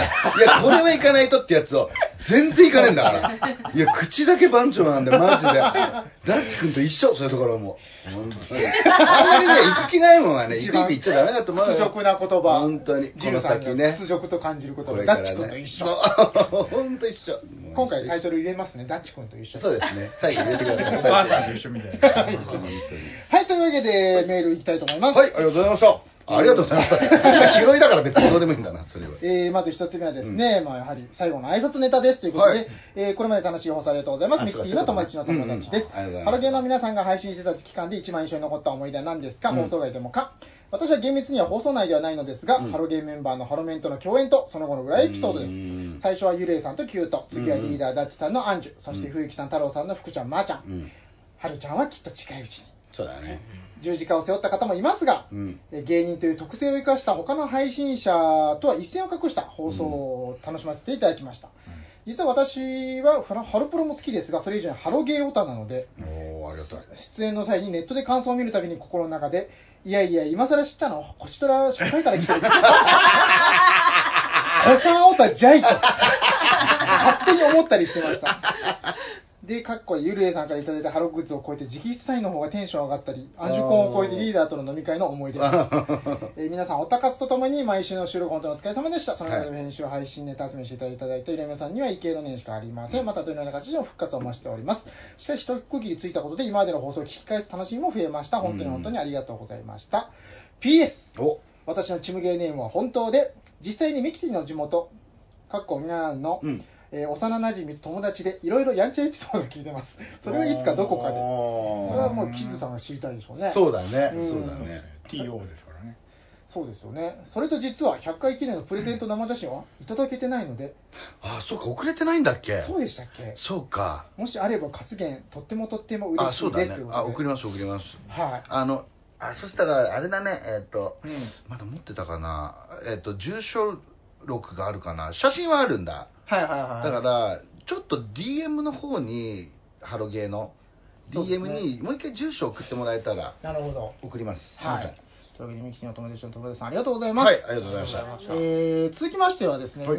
D: や、これはいかないとってやつを、全然いかねえんだから。いや、口だけ番長なんで、マジで。ダッチ君と一緒、そういうところも。本当に。あんまりね、行く気ないもんはね、行く行く言っちゃダメだと思うよ。
A: 屈辱な言葉
D: 本当に。
A: ジ
D: こ
A: ル
D: の
A: さんが
D: 先ね。
A: 屈辱と感じる言葉、
D: これか
A: ダッ
D: ら
A: チ
D: ね
A: 君と一緒
D: そう本当一緒。
A: 今回タイトル入れますねダッチ君と一緒
D: そうですね。最後入れてください。
E: お母さんと一緒みたいな。
D: 最後本当に
A: はいというわけでメールいきたいと思います、
D: はい、ありがとうございました。ありがとうございました。拾いだから別にどうでもいいんだな、それは。
A: えーまず一つ目はですね、まあ、やはり最後の挨拶ネタですということで、
D: はい
A: えーこれまで楽しい放送ありがとうございます。
D: あ
A: ミキティの友達の友達です。
D: うんうんありがとうございます
A: ハロゲーの皆さんが配信してた期間で一番印象に残った思い出は何ですか、
D: うん
A: 放送外でもか私は厳密には放送内ではないのですが、
D: うん
A: ハロゲーメンバーのハロメンとの共演と、その後の裏エピソードで
D: う
A: す
D: ん。
A: 最初はゆれいさんとキュート、次はリーダーダッチさんのアンジュ、そして
D: うん
A: 冬木さん、太郎さんの福ちゃん、まー、ちゃん、
D: うん。
A: はるちゃんはきっと近いうちに。
D: そうだね。
A: 十字架を背負った方もいますが、
D: うん。
A: えー芸人という特性を生かした他の配信者とは一線を画した放送を楽しませていただきました、実は私はフラハロプロも好きですがそれ以上にハロゲーオタなので
D: おー、ありがたい。
A: 出演の際にネットで感想を見るたびに心の中でいやいや今更知ったのこちとら初回から来てる子さんオタじゃいと勝手に思ったりしてましたで、かっこゆるえさんからいただいたハログッズを超えて直筆サインの方がテンション上がったりアンジュコンを超えてリーダーとの飲み会の思い出えー皆さん、おたかつとともに毎週の収録本当にお疲れ様でした。その中で編集、配信、ネタ集めしていただいて、イレムさんには異形の念しかありません。また、どのような形でも復活を増しております。しかし、一区切りついたことで、今までの放送を聞き返す楽しみも増えました。本当に本当にありがとうございました。PS!
D: お、
A: 私のチムゲーネームは本当で、実際にミキティの地元、かっこみなの、
D: うん。
A: えー幼馴染みと友達で、いろいろやんちゃエピソードを聞いてます。それはいつかどこかで。これはもう、キズさんが知りたいでしょうね。
D: そうだね
A: う。ん
D: そうだね。
E: TO ですからね。
A: そうですよね。それと実は100回記念のプレゼント生写真はいただけてないので、
D: あ、そうか、遅れてないんだっけ
A: そうでしたっけ
D: そうか。
A: もしあれば活言、とってもとっても嬉
D: あ、
A: し
D: そ
A: いう
D: だ
A: で
D: ね
A: すという。こ
D: あ、
A: と
D: 送
A: で。
D: ります、送ります。
A: はい。
D: あの、あ、そしたら、あれだね、えっと
E: うん、
D: まだ持ってたかな。えっと、住所録があるかな。写真はあるんだ。
A: はいはいはい。
D: だから、ちょっと DM の方に、ハロゲーの、
A: そうですね
D: DM にもう一回住所送ってもらえたら、
A: ら、なるほど。
D: 送ります。すい
A: は
D: ません
A: い。というわけで、ミキティの友達の友達さん、ありがとうございま
D: はい、あり
A: す。
D: がとうございました。
A: えー続きましてはですね、
D: はい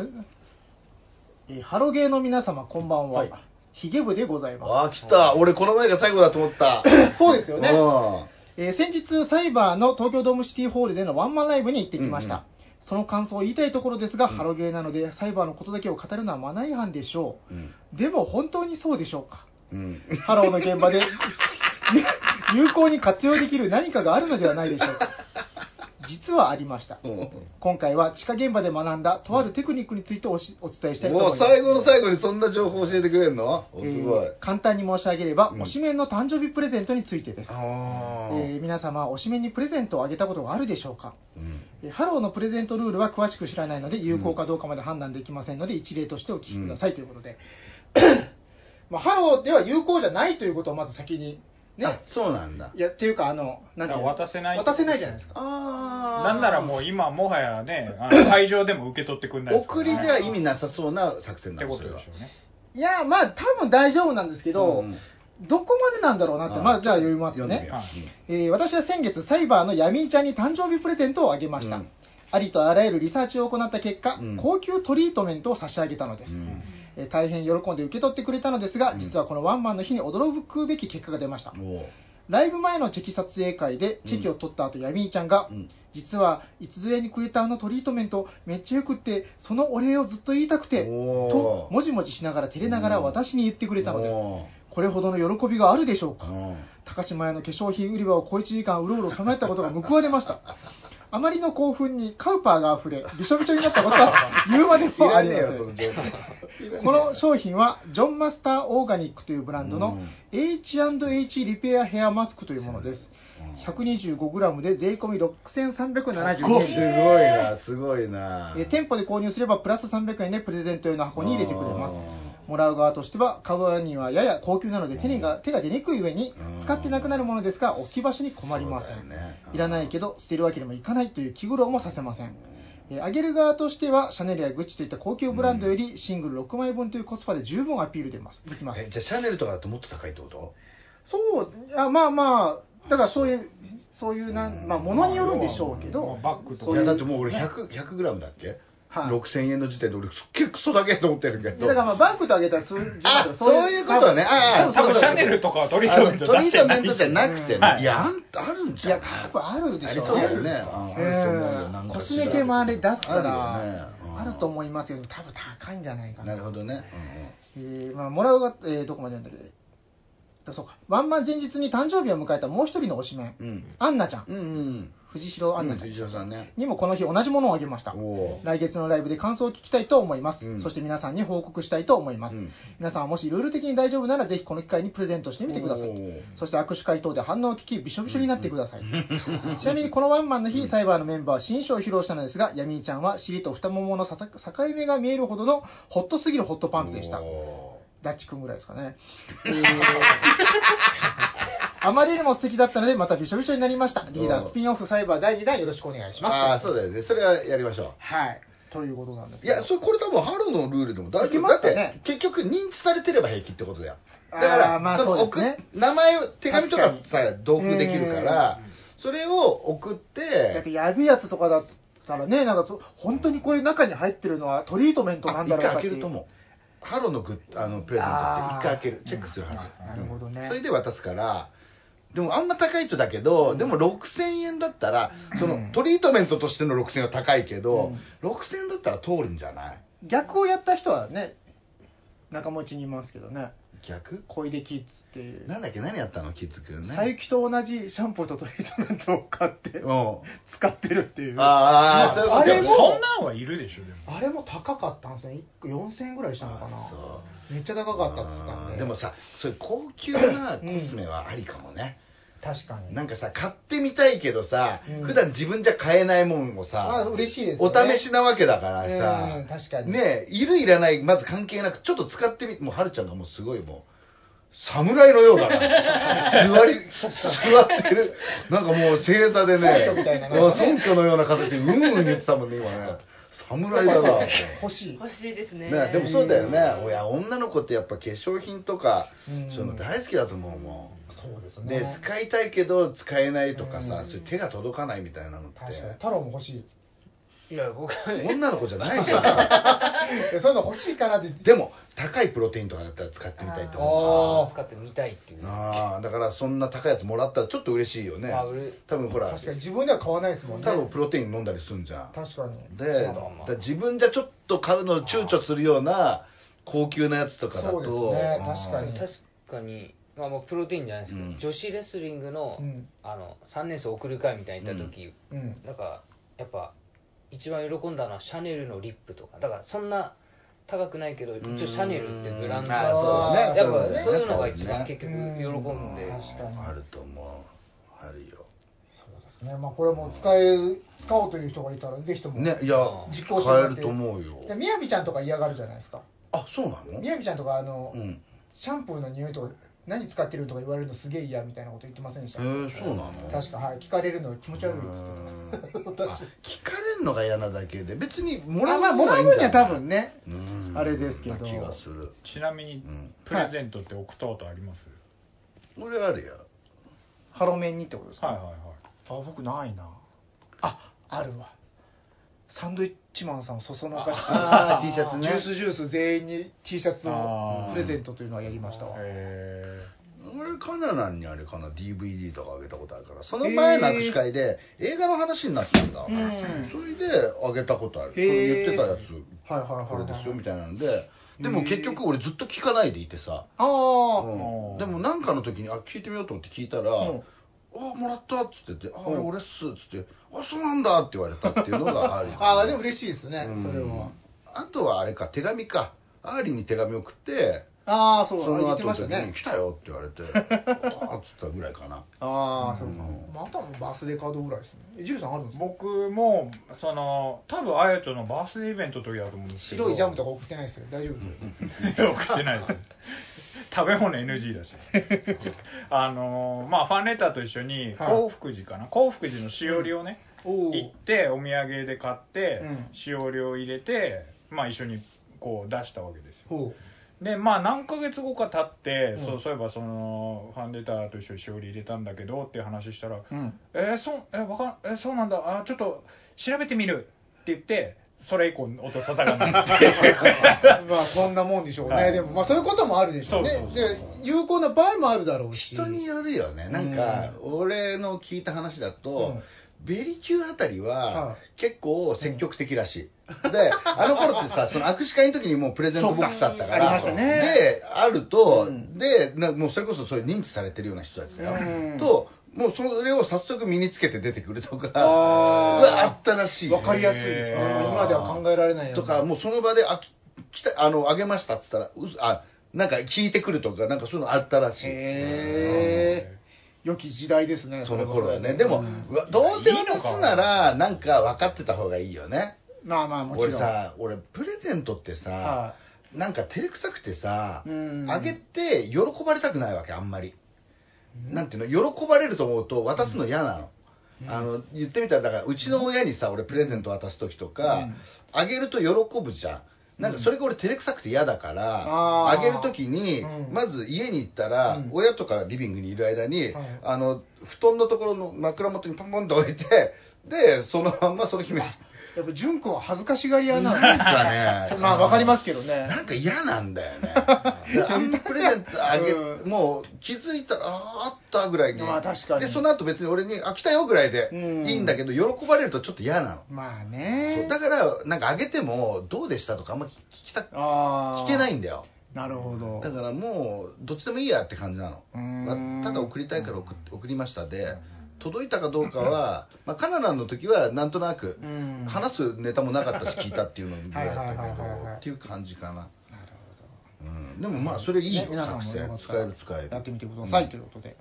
A: えーハロゲーの皆様、こんばんは。
D: はい
A: ヒゲ部でございま
D: あー、来た。俺、この前が最後だと思ってた。
A: す。そうですよね。
D: うん
A: えー先日サイバーの東京ドームシティホールでのワンマンライブに行ってきました、
D: うんうん
A: その感想を言いたいところですが、ハロゲーなのでサイバーのことだけを語るのはマナー違反でしょう、
D: うん
A: でも本当にそうでしょうか
D: うん。
A: ハローの現場で [LAUGHS] 有効に活用できる何かがあるのではないでしょうか実はありました今回は地下現場で学んだとあるテクニックについておしお伝えしたいと思
D: も
A: いうます
D: 最後の最後にそんな情報教えてくれるのお
A: え
D: す
A: ー
D: ごい。
A: 簡単に申し上げれば、
D: うん
A: 推しメンの誕生日プレゼントについてです、
D: あ
A: えー皆様推しメンにプレゼントをあげたことがあるでしょうかえーハローのプレゼントルールは詳しく知らないので有効かどうかまで判断できませんので、一例としてお聞きくださいということで、 [COUGHS] まあ、ハローでは有効じゃないということをまず先にね
D: あ、そうなんだ。
A: いやっていうかあのなんていうの
E: 渡せない
A: 渡せないじゃないですか
D: あ
E: なんならもう今もはやね、あの会場でも受け取ってくんないですか
D: 送
E: ら
D: り
E: ね
D: じゃ意味なさそうな作戦
E: っ
D: な
E: て
D: の
E: こ
D: そ
E: と
D: れは
E: でしょうね。
A: いやまあ多分大丈夫なんですけど、
D: うん
A: どこまでなんだろうなってまあじゃあ読みます
D: 読んでみ
A: ね
D: よう
E: はい
A: えー私は先月サイバーの闇井ちゃんに誕生日プレゼントをあげました、
D: うん
A: ありとあらゆるリサーチを行った結果、
D: うん
A: 高級トリートメントを差し上げたのです、
D: うん
A: えー大変喜んで受け取ってくれたのですが、
D: うん
A: 実はこのワンマンの日に驚くべき結果が出ました、
D: うんも
A: ライブ前のチェキ撮影会でチェキを撮った後、ヤミーちゃんが、
D: ううん
A: 実はいつぞやにくれたあのトリートメントめっちゃよくってそのお礼をずっと言いたくて
D: おー
A: ともじもじしながら照れながら私に言ってくれたのです、
D: お
A: これほどの喜びがあるでしょうか、
D: ーうん
A: 高島屋の化粧品売り場を小1時間うろうろさまよったことが報われましたあまりの興奮にカウパーが溢れびしょびしょになったことは言うまで
D: い
A: [LAUGHS] もあ
D: ら
A: り
D: ねえ
A: ま
D: よ
A: せ
D: そ
A: ん
D: の情報
A: この商品はジョンマスターオーガニックというブランドの
D: う
A: H&H リペアヘアマスクというものです1 2 5ムで税込み6372
D: こ
A: 円
D: うすごいなすごいな
A: えー店舗で購入すればプラス300円でプレゼント用の箱に入れてくれます
D: あ
A: もらう側としては買う側にはやや高級なので手にが手が出にくい上に
D: うん
A: 使ってなくなるものですから置き場所に困りません、
D: そうだよね
A: いらないけど捨てるわけにもいかないという気苦労もさせませんえーあげる側としてはシャネルやグッチといった高級ブランドよりシングル6枚分というコスパで十分アピールでますできま
D: え
A: す
D: じゃあシャネルとかだともっと高いってこと
A: そうあまあまあだからそういうそういうなんまあものによるんでしょうけど、
E: まあバッグと
A: そ
D: いうや
A: いう
D: だってもう俺
A: ね
D: 100, 100グラムだっけ、
A: はい
D: 6000円の時点で俺すっげえクソだけと思ってる
A: で
D: けど
A: だからまあバンクとあげたら数字と
D: あ
A: か
D: そういうことねああ
E: 多
D: そ
E: 分
D: う
E: シ
D: だ
E: ャネルとかはト
D: ト
E: リートメント出してない
D: リートメントじゃなくてね、い、やあんあるん
A: い
D: じゃ
A: や
D: ん
A: 多分あるで
D: あ
A: し
D: り
A: ょ
D: そうう
A: ね
D: だよね、うんあると思うよ
A: え
D: なん
A: え
D: か
A: コスメ系もあれ出すから
D: あるよねうん
A: あると思いますけど多分高いんじゃないか
D: な
A: な
D: るほどね、うんうん
A: えーまあ、もらうが、えーどこまで読んだっけだそうかワンマン前日に誕生日を迎えたもう一人の推しメン、
D: うん
A: アンナちゃん、
D: うんうん
A: 藤代アンナちゃん
D: 藤代さんね
A: にもこの日同じものをあげました
D: おお
A: 来月のライブで感想を聞きたいと思います、
D: うん
A: そして皆さんに報告したいと思います、
D: うん
A: 皆さんはもしルール的に大丈夫ならぜひこの機会にプレゼントしてみてください
D: おー
A: そして握手会等で反応を聞きびしょびしょになってください、ちなみにこのワンマンの日、サイバーのメンバーは新衣装を披露したのですがヤミーちゃんは尻と太もものささ境目が見えるほどのホットすぎるホットパンツでした
D: お
A: ダッチ君ぐらいですかね。えーあまりにも素敵だったので、またびしょびしょになりました。リーダー、
D: うん
A: スピンオフサイバー第2弾よろしくお願いし
D: ー
A: ま
D: ああ
A: す。
D: そうだよねそれはやりましょう
A: はい。ということなんです
D: い
A: けど
D: やそれこれ多分ハローのルールでも大
A: いけ
D: 丈夫
A: ま
D: だっ
A: したね
D: て結局認知されてれば平気ってことだよだか
A: あー
D: ら
A: まあ
D: の
A: そうですね
D: 送っ名前を手紙とか
A: 確か
D: さ同封できるからそれを送っ
A: だって
D: て
A: やべえやつとかだったらね、なんかそ本当にこれ中に入ってるのはトリートメントな
D: あ
A: ん
D: 一
A: だ
D: 回
A: ろうかっ
D: 開
A: て
D: け
A: いう
D: ると思うハローのグッあのプレゼントって一回開けるチェックするはず
A: うんなるほどね
D: うんそれで渡すからでもあんま高いとだけどでも6000円だったらそのトリートメントとしての6000円は高いけど6000円だったら通るんじゃない
A: 逆をやった人はね、仲間内にいますけどね、
D: 逆
A: 小出キッズっていう、
D: なんだっけ何やったのキッズくんね
A: 佐伯と同じシャンプーとトリートメントを買って
D: う、ん
A: 使ってるっていう。
D: ああ、そういうこと
A: あれ
E: で
A: も
E: そんなんはいるでしょでも
A: あれも高かったんですよね。1個4000円ぐらいしたのかな。めっちゃ高かったっつったん
D: あ
A: で。
D: ーでもさそういう高級なコスメはありかもね、
A: 確かに。
D: なんかさ買ってみたいけどさ、
A: うん
D: 普段自分じゃ買えないもんを
A: まあ
D: さ、
A: 嬉しいですよ
D: お
A: ね
D: 試しなわけだからさ、
A: うん確かに
D: ねえいるいらないまず関係なくちょっと使ってみもうはるちゃんがもうすごいもう侍のようだな
A: [LAUGHS]
D: 座り座ってるなんかもう正座でね
A: 村居みたいなね
D: もう村居のような形でうんうん言ってたもんね今ね侍だな
A: [LAUGHS] 欲しい。
C: 欲しいですね
D: ね、でもそうだよね、いや女の子ってやっぱ化粧品とか、
A: うん
D: そういうの大好きだと思うも
A: そうです
D: ん、
A: ね。
D: で使いたいけど使えないとかさ、
A: うん
D: そういう手が届かないみたいなのって
A: 確かに。太郎も欲しい。
B: いや僕はね
D: 女の子じゃないじ
A: [LAUGHS]
D: ゃ
A: えそういうの欲しいからって。
D: んでも高いプロテインとかだったら使ってみたいと思
B: 使ってみたいっていうう
D: なあだからそんな高いやつもらったらちょっと嬉しいよね
B: あ嬉
D: 多分ほら
A: 確かに自分では買わないですもんね。
D: 太郎プロテイン飲んだりすんじゃん
A: 確かに。
D: でだ
B: まあまあ
D: から自分じゃちょっと買うの躊躇するような高級なやつとかだと
A: そうですね確かに
D: うん
B: 確かに、まあ、もうプロテインじゃないですけど、
D: うん
B: 女子レスリングの,、
A: うん
B: あの3年生送る会みたいに行った時、
A: うん。
B: なんかやっぱ一番喜んだのはシャネルのリップとかだからそんな高くないけど一応シャネルってブランドだ
A: うんあー
B: やっ
A: そうだね
B: ぱそういうのが一番結局喜
A: うん
B: で、
A: 確かに
D: あると思うあるよ
A: そうですね。まあこれも使える、使おうという人がいたら、ぜひとも。
D: ねいや
A: 実行しても
D: 買
A: ら
D: え
A: って
D: ると思うよ
A: で、みやびちゃんとか嫌がるじゃないですか。
D: あそうなの
A: みやびちゃんとか、あの、
D: うん
A: シャンプーの匂いとか、何使ってるとか言われるのすげえ嫌みたいなこと言ってませんでし
D: え
A: た。
D: ー、そうなの
A: 確か、はい。聞かれるの気持ち悪いっつって
D: う
A: た。
D: んあ
A: 私。
D: 聞かれるのが嫌なだけで別にも
A: もらう
D: らう
A: まあ、もらう分には多分
D: ね
A: ね、
D: うん
A: あれですけど
D: な気がする
E: ちなみに
D: うん
E: プレゼントって送ったことあります
D: 俺あるよ
A: ハロメンにってことですか、
E: はいはいはい
A: あ僕ないなああるわサンドイッチマンさんをそそのかして
D: あー T シャツね
A: ジュースジュース全員に T シャツを
E: あー
A: プレゼントというのはやりましたわ
E: へ
D: 俺カナナにあれかな DVD とかあげたことあるからその前の握手会で映画の話になったんだ、
A: ん
D: それであげたことある、それ言ってたやつ
A: はいはいはいはい
D: これですよみたいなんででも結局俺ずっと聞かないでいてさ、
A: ああ、
D: うん
E: あー
D: でもなんかの時にあ聞いてみようと思って聞いたら「
A: うん
D: ああもらった」っつってて「ああ俺俺っす」っつって「あそうなんだ」って言われたっていうのがある
A: [LAUGHS] ああでも嬉しいですね、
D: うん
A: それは
D: あとはあれか手紙かアーリーに手紙送って
A: ああそう
D: その
A: 言っ
D: 後
A: てま
D: の
A: し
D: 時
A: た
D: に
A: ね
D: 来たよ」って言われて [LAUGHS] 「ああ」っつったぐらいかな
A: ああそうか、
D: うん
A: またもバースデーカードぐらいですねえジューさんあるんです
E: ー
A: か
E: 僕もその多分あやちゃんのバースデーイベントの時だと思うんですけど
A: 白いジャムとか送ってないですよ大丈夫ですよ、
E: [LAUGHS] 送ってないです食べ物 NG
A: [LAUGHS]
E: だしあのーまあファンレターと一緒に
A: はい
E: 幸福寺かな幸福寺のしおりをね、
A: おお
E: 行ってお土産で買って、
A: うん
E: しおりを入れてまあ一緒にこう出したわけですよ
A: ほ
E: でまあ何ヶ月後か経って、
A: ん
E: そうそういえばそのファンレターと一緒にしおり入れたんだけどっていう話したら「
A: うん
E: えー、そうえわかんえーそうなんだあーちょっと調べてみる」って言ってそれ以降音沙汰が
A: [LAUGHS]
E: ない
A: まあそんなもんでしょうね、
E: はい
A: でもまあそういうこともあるでしょうね
E: そうそうそうそう
A: で有効な場合もあるだろうし
D: 人によるよねなんか俺の聞いた話だと、ベリキューあたり
A: はい
D: は結構積極的らしい、であの頃ってさその握手会の時にもうプレゼントボックスあったから
A: そうかありましたね
D: であると、
A: うん
D: でなもうそれこそそういう認知されてるような人たちだよ、
A: うん
D: ともうそれを早速身につけて出てくるとか
A: あー
D: があったらしいよ
A: わかりやすいですね
E: へー
A: 今では考えられないよう
D: と
A: な
D: かもうその場であき来たあのあげましたっつったらうすあなんか聞いてくるとかなんかそういうのあったらしい
A: へえ良き時代ですね
D: その頃はね
A: れこそ
D: でも、
A: うん
D: うわどうせ渡すならなんか分かってた方がいいよね
A: まあまあもちろん
D: 俺さ俺プレゼントってさ、
A: は
D: なんか照れくさくてさ
A: うん
D: あげて喜ばれたくないわけあんまり、なんていうの喜ばれると思うと渡すの嫌なの、あの言ってみたらだからうちの親にさ俺プレゼント渡す時とか、あげると喜ぶじゃんなんかそれが俺照れくさくて嫌だから、
A: あー
D: あげる時に、
A: うん
D: まず家に行ったら、
A: うん
D: 親とかリビングにいる間
A: は
D: に、
A: い
D: あの布団のところの枕元にポンポンと置いてでそのまんまその姫に
A: やっぱ純子は恥ずかしがり屋なの
D: なんかね
A: [LAUGHS] まあわかりますけどね
D: なんか嫌なんだよね
A: [LAUGHS]
D: あんなプレゼントあげ、
A: う
D: もう気づいたらあーあったぐらいに,、
A: まあ確かに
D: でその後別に俺に「あ来たよ」ぐらいで
A: うん
D: いいんだけど、喜ばれるとちょっと嫌なの、
A: まあ
D: そう
A: ね
D: だからなんかあげても「どうでした?」とかあんま聞きた
A: ああ
D: 聞けないんだよ
A: なるほど
D: だからもうどっちでもいいやって感じなの
A: うーん
D: まあただ送りたいから送っ送りましたで届いたかどうかは、まあ、カナダの時はなんとなく
A: うん
D: 話すネタもなかったし聞いたっていうのぐらいだったけ
A: はいはいはいはいは
D: ど
A: い
D: っていう感じかなうん、でもまあそれいいよ、
A: ね皆さんも
D: 作
A: よか
D: 戦
A: った
D: 使
A: ら
D: える使える
A: やってみてくださいということで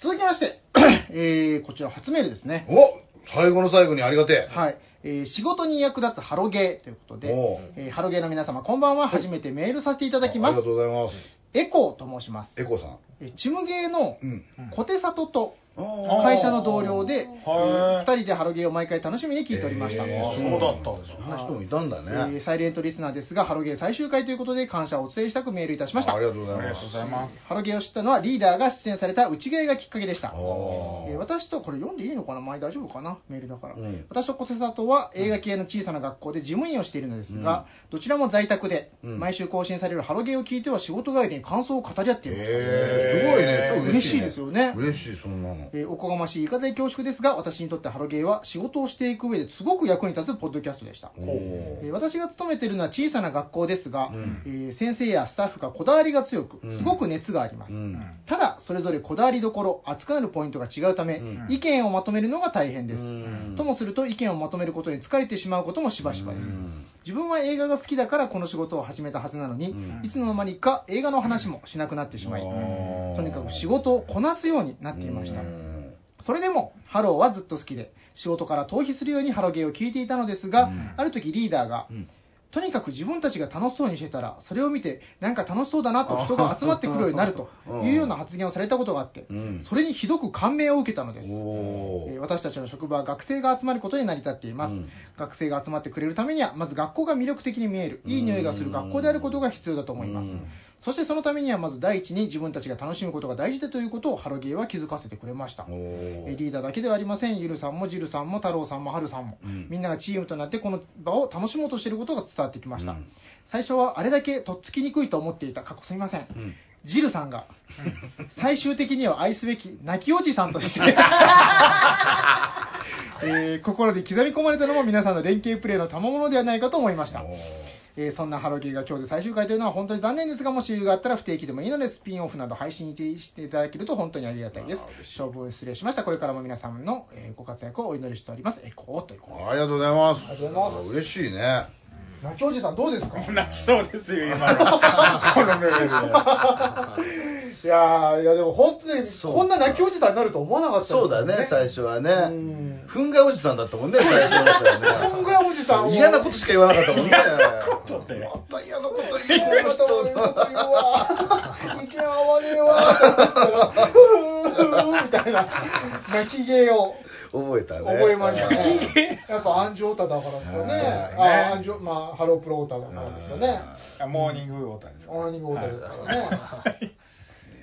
A: 続きまして、 [CLEARS THROAT] えーこちら初メールですね
D: お最後の最後にありがて
A: はい、えー仕事に役立つハロゲーということ
D: え
A: で、
D: おう
A: えーハロゲーの皆様こんばんは初めてメールさせていただきま
D: ありが
A: す
D: とうございます
A: エコーと申します
D: エコさん
A: えーチムゲーの
D: うん
A: 小手里と
E: ー
A: 会社の同僚でえー
E: は
A: 二人でハロゲーを毎回楽しみに聞いておりました、
D: えー
E: そうだったんだ
D: そんな人もいたんだ
A: えー
D: ね、
A: サイレントリスナーですがハロゲー最終回ということで感謝をお伝えしたくメールいたしました
D: ありがとうご
E: いあ
D: ざ
E: り
D: いま
E: がとうご
D: す
E: ざいます
A: ハロゲーを知ったのはリーダーが出演された内芸がきっかけでした、え
D: おー
A: ー私とこれ読んでいいのかな前大丈夫かなメールだから、
D: うん
A: 私と小瀬里は映画系の小さな学校で事務員をしているのですが、どちらも在宅で、
D: うん
A: 毎週更新されるハロゲーを聞いては仕事帰りに感想を語り合っていました、
D: えー、すごいね超嬉
A: 嬉
D: し
A: し
D: い、
A: い
D: ね、
A: ですよね
D: 嬉しいそんなの
A: えーおこがましい言い方で恐縮ですが私にとってハロゲーは仕事をしていく上ですごく役に立つポッドキャストでした、
D: お
A: えー
D: ー
A: 私が勤めているのは小さな学校ですが、
D: うん
A: えー先生やスタッフがこだわりが強く
D: うん
A: すごく熱があります、
D: うん
A: ただそれぞれこだわりどころ扱うポイントが違うため、
D: うん
A: 意見をまとめるのが大変です、
D: うん
A: ともすると意見をまとめることに疲れてしまうこともしばしばです、
D: うん
A: 自分は映画が好きだからこの仕事を始めたはずなのに、
D: うん
A: いつの間にか映画の話もしなくなってしまい、
D: あー
A: とにかく仕事をこなすようになっていました、
D: うん
A: それでもハローはずっと好きで仕事から逃避するようにハロゲーを聞いていたのですが、
D: うん
A: ある時リーダーが、
D: うん
A: とにかく自分たちが楽しそうにしてたらそれを見てなんか楽しそうだなと人が集まってくるようになる
D: [LAUGHS]
A: というような発言をされたことがあって、
D: うん
A: それにひどく感銘を受けたのです、
D: お
A: えー
D: ー
A: 私たちの職場は学生が集まることに成り立っています、
D: うん
A: 学生が集まってくれるためにはまず学校が魅力的に見えるいい匂いがする学校であることが必要だと思います、
D: うん
A: そしてそのためにはまず第一に自分たちが楽しむことが大事だということをハロゲーは気づかせてくれました、
D: おー
A: えーリーダーだけではありませんゆるさんもジルさんも太郎さんもハルさんも、
D: うん
A: みんながチームとなってこの場を楽しもうとしていることが伝わってきました、
D: うん
A: 最初はあれだけとっつきにくいと思っていた過去すみません、
D: うん
A: ジルさん [LAUGHS] が最終的には愛すべき泣きおじさんと [LAUGHS] して、えー心に刻み込まれたのも皆さんの連携プレーの賜物ではないかと思いました
D: おー
A: えーそんなハロゲーが今日で最終回というのは本当に残念ですがもし余裕があったら不定期でもいいのでスピンオフなど配信にしていただけると本当にありがたいです
D: あー嬉しい
A: 長文失礼しましたこれからも皆さんの、えーご活躍をお祈りしておりますエコーということで
D: ありがとうございます。
A: ありがとうございます
D: 嬉しいね。
A: 泣きおじさんどうですかい
E: 泣きそうですよ今のこのメール
A: やーいやでも本当に
D: そう
A: こんな泣きおじさんになると思わなかったです
D: そうだね、最
A: 初
D: 初は
A: うん
D: ね。ふんがいおじさんだったもんね、最初はね。
A: [LAUGHS] ふんがいおじさんを
D: 嫌なことしか言わなかったもん
A: [LAUGHS]
D: ね。
E: とで
D: また嫌なこと言うよ
A: 俺のこと言うわ一番合わねえわみたいな泣き芸を
D: 覚えたね
A: 覚えましたね。やっぱアンジオータだからですよね。
E: うん
A: あ、アンジオ、まあ、ハロープロオータだからですよね。
E: あモーニングウォーターですか
A: オーナニングオータですからね。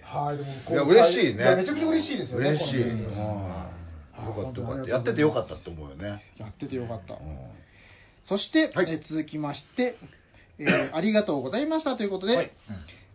A: はい、でも今回
D: いや嬉しいね
A: やめちゃくちゃ嬉しいですよね。
D: 嬉しい、
A: こ
D: うん、
A: の
D: よ
A: ね
D: かったよ
A: ありがとうご
D: か
A: ざい
D: っ
A: ます
D: たやっててよかったと思うよね、
A: やっててよかった。
D: うん
A: そして、
D: はい
A: えー続きまして、えーありがとうございましたということで、
E: うん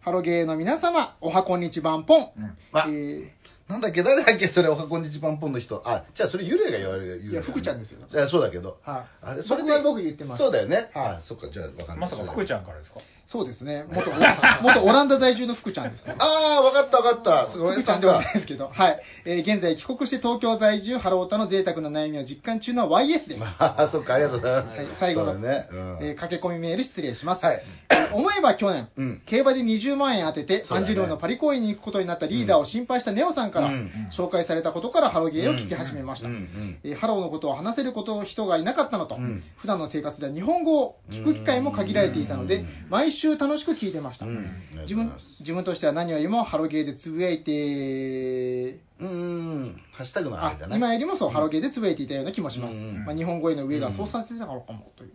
A: ハロゲーの皆様、おはこんにちばんぽん。
E: うん
D: あ
A: えー
D: なんだっけ誰だっけそれおはこんにちパンポンの人あじゃあそれ幽霊が言われる幽霊
A: いや福ちゃんですよ
D: じゃあそうだけど
A: はい
D: あれ
A: 僕
D: それで
A: は僕言ってます
D: そうだよね
A: はい
D: あそっかじゃあわかんない
E: まさか福ちゃんからですか
A: そうですね、元 [LAUGHS] お元オランダ在住の福ちゃんですね。
D: ああわかったわかったすごい
A: 福ちゃんではないですけど、はい。えー現在、帰国して東京在住、ハロータの贅沢な悩みを実感中の YS です。
D: ああそっかありがとうございます、
A: はい最後の、
D: そうだね、うん
A: えー駆け込みメール失礼します、
D: はい
A: えー思えば去年、
D: うん
A: 競馬で20万円当てて、
D: そうだ
A: ア
D: ね
A: ンジローのパリ公演に行くことになったリーダーを心配したネオさんから、
D: うん
A: 紹介されたことからハロゲーを聞き始めました、
D: うんうん
A: えーハローのことを話せること人がいなかったのと、
D: うん
A: 普段の生活では日本語を聞く機会も限られていたので、
D: うん
A: 毎週楽しく聞いてました、
D: うん
A: 自分自分としては何よりもハロゲーでつぶやいて
D: うんうんハッシュタグのあ
A: あ
D: れじゃない
A: 今よりもそう、ハロゲーでつぶやいていたような気もします、
D: うんうん
A: まあ、日本語への上がそうさせてたのかもという、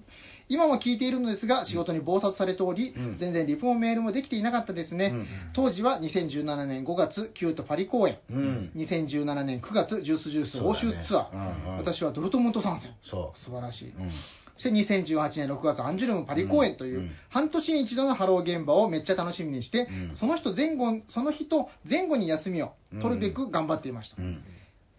A: 今も聞いているのですが仕事に忙殺されており、
D: うん
A: 全然リプもメールもできていなかったですね、
D: うん
A: 当時は2017年5月キュートパリ公演、
D: うん
A: 2017年9月ジュースジュース欧州ツアー、
D: そうだねうんうん
A: 私はドルトムント参戦
D: そう
A: 素晴らしい、
D: うん
A: そして2018年6月アンジュルムパリ公演という、
D: うんうん
A: 半年に一度のハロー現場をめっちゃ楽しみにして、
D: うん
A: その人前後その日と前後に休みを取るべく頑張っていました、
D: うん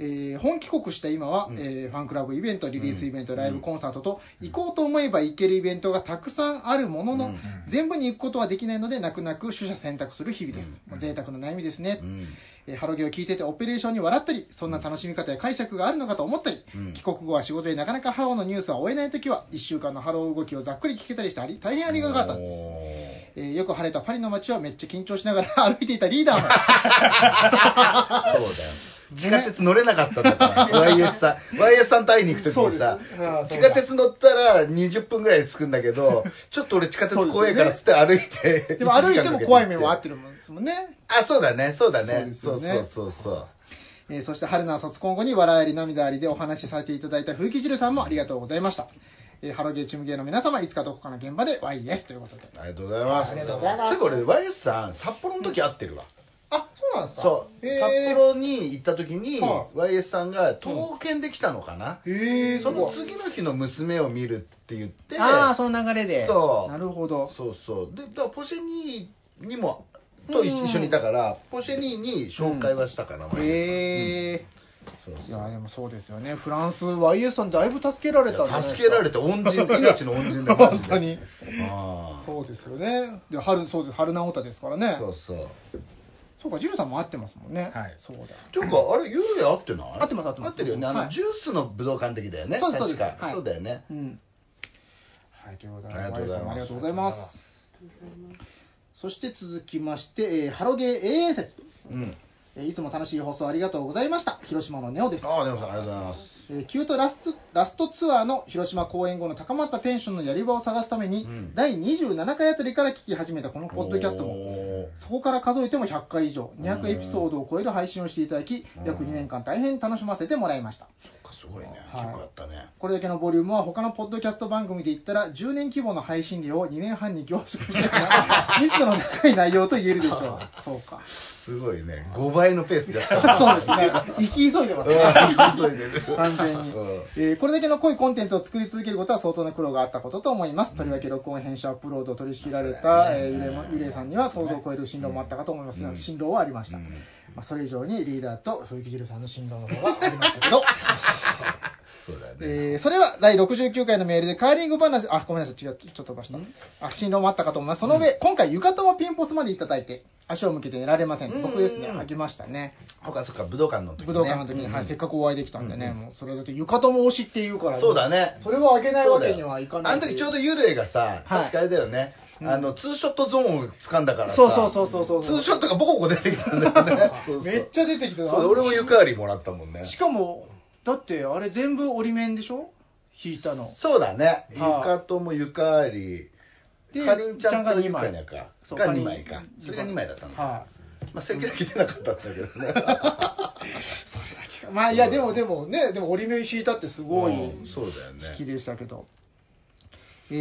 A: えー本帰国した今は、えーファンクラブイベント、リリースイベント、ライブコンサートと、行こうと思えば行けるイベントがたくさんあるものの、
D: うん
A: 全部に行くことはできないので、泣く泣く取捨選択する日々です。まあ贅沢な悩みですね、
D: うん
A: えーハロゲを聞いててオペレーションに笑ったり、そんな楽しみ方や解釈があるのかと思ったり、
D: うん
A: 帰国後は仕事でなかなかハローのニュースは追えないときは、1週間のハロー動きをざっくり聞けたりしてあり、大変ありがたかったんです。えーよく晴れたパリの街をめっちゃ緊張しながら [LAUGHS] 歩いていたリーダーも。
D: おーそうだよ地下鉄乗れなかったんだから YS さん YS さんと会いに行く時にさ
A: そうですああ
D: 地
A: そうだ
D: 下鉄乗ったら20分ぐらいで着くんだけどちょっと俺地下鉄怖いからっつって歩いて
A: でも歩いても怖い面はあってるもんですもんね。
D: あそうだねそうだね
A: そ
D: そうう
A: ですよ
D: そ
A: ね
D: うそうそう
A: えーそして春菜卒婚後に笑いあり涙ありでお話しさせていただいた風紀汁さんもありがとうございました、えーハロゲーチームゲーの皆様いつかどこかの現場で YES ということで
D: ありがとうございます
A: ありがとうございます
D: てか俺 YS さん札幌の時会ってるわ
A: あそうなんですか
D: そう
A: へー
D: 札幌に行った時に
A: は
D: YS さんが東県で来たのかな
A: へえ
D: その次の日の娘を見るって言って
A: ああその流れで
D: そう
A: なるほど
D: そうそうでだからポシェニーにもと一緒にいたから、ポシェニーに紹介はしたから、前に
A: へえ
D: そう
A: いやでもそうですよねフランス YES さんだいぶ助けられたんじゃないですか
D: 助けられて
A: [LAUGHS]
D: 恩人命の恩人だ
A: 本当に
D: あ
A: そうですよねで春そうです春菜オタですからね
D: あそうそう
A: そうかジルさんも会ってますもんね
E: はい
A: そうだ
D: っていうかあれ幽霊合ってない
A: 合ってます合ってます
D: 合ってるよねあの、
A: はい
D: ジュースの武道館的だよね
A: そうですそうで
D: 確か
A: すはい
D: そうだよね
A: うん
E: はいということで
D: ありがとうご
A: YES
D: ざ
A: さん
D: い
A: もあ
D: ます
A: りがとうございますそして続きまして、えーハロゲー永遠説
D: うん
A: えーいつも楽しい放送ありがとうございました。広島のネオです。
D: ああでもさんありがとうございます
A: えーキュートラストラストツアーの広島公演後の高まったテンションのやり場を探すために、
D: うん
A: 第27回あたりから聞き始めたこのポッドキャストも、
D: も
A: そこから数えても100回以上、200エピソードを超える配信をしていただき
D: う、ん
A: 約2年間大変楽しませてもらいました。
D: すごいね結
A: はい
D: 構やったね、
A: これだけのボリュームは他のポッドキャスト番組で言ったら10年規模の配信量を2年半に凝縮してミスの高い内容と言えるでしょう。そうか。
D: すごいね5倍のペースでやっ
A: [LAUGHS]
D: た
A: そうですね。生き急いでますね。
D: 急いでる
A: 完全に、
D: うん
A: えーこれだけの濃いコンテンツを作り続けることは相当な苦労があったことと思います、とりわけ録音編集アップロードを取り仕切られた、えーゆれもゆれいさんには想像を超える辛労もあったかと思いますが、辛労はありました、まあ、それ以上にリーダーと風紀汁さんの辛労の方がありましたけど、
D: そうだね
A: えーそれは第69回のメールでカーリング話あごめんなさい違うちょっと飛ばしたあ辛労もあったかと思いますその上、今回浴衣もピンポスまでいただいて足を向けて寝られません、
D: うん
A: 僕ですねあげましたね
D: そっかそっか武道館の時ね
A: 武道館の時に、はい、せっかくお会いできたんでね、もうそれだって浴衣も推しっていうから、
D: そうだね
A: それをあげないわけにはいかない
D: あの時ちょう
A: ど
D: ど幽霊がさ、
A: はい
D: 確かあれだよね、あのツーショットゾーンを掴んだからさ
A: そうそうそうそうそう
D: ツーショットがボコボコ出てきたんだよ
A: [LAUGHS]
D: ねそうそう
A: めっちゃ出てきてた
D: そう俺も床ありもらったもんね
A: しかもだってあれ全部折り面でしょ引いたの
D: そうだね
A: はい
D: 床とも床あり
A: で
D: かりんちゃんと
A: ちゃんが
D: ゆ
A: 二
D: か
A: 枚
D: にゃか
A: そう
D: が2枚か
A: かりん
D: それが2枚だったんだ、
A: は
D: まあ、正規は来てなかったんだけどね
A: いそれだけまあいやでもでもねでも折り目引いたってすごい
D: うんそうだよね
A: 好きでしたけど、え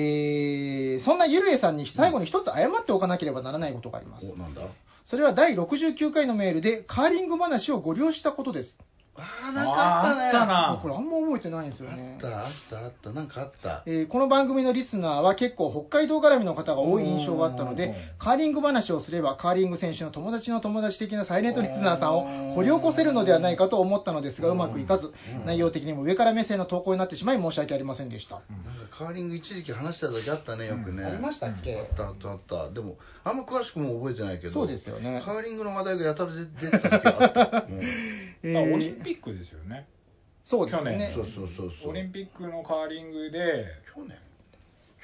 A: ーそんなゆるえさんに最後に一つ謝っておかなければならないことがあります、
D: おなんだ
A: それは第69回のメールでカーリング話をご利用したことです
D: あ
E: なんかあったねあーあったな
A: もうこれあんま覚えてないんですよね
D: あったあったあったなんかあった
A: えーこの番組のリスナーは結構北海道絡みの方が多い印象があったの
E: おー
A: でカーリング話をすればカーリング選手の友達の友達的なサイレントリスナーさんを掘り起こせるのではないかと思ったのですがうまくいかず内容的にも上から目線の投稿になってしまい申し訳ありませんでした、
D: なんかカーリング一時期話しただけあったねよくね、
A: ありましたっけ、
D: あったあったあったでもあんま詳しくも覚えてないけど
A: そうですよね
D: カーリングの話題がやたら出てた時があった、うん
A: え
E: まあ
A: ー
E: オリンピックですよね
A: そうです
E: 去
A: ね
D: そうそうそうそう
E: オリン
D: 去
E: ピックのカーリングで
D: 年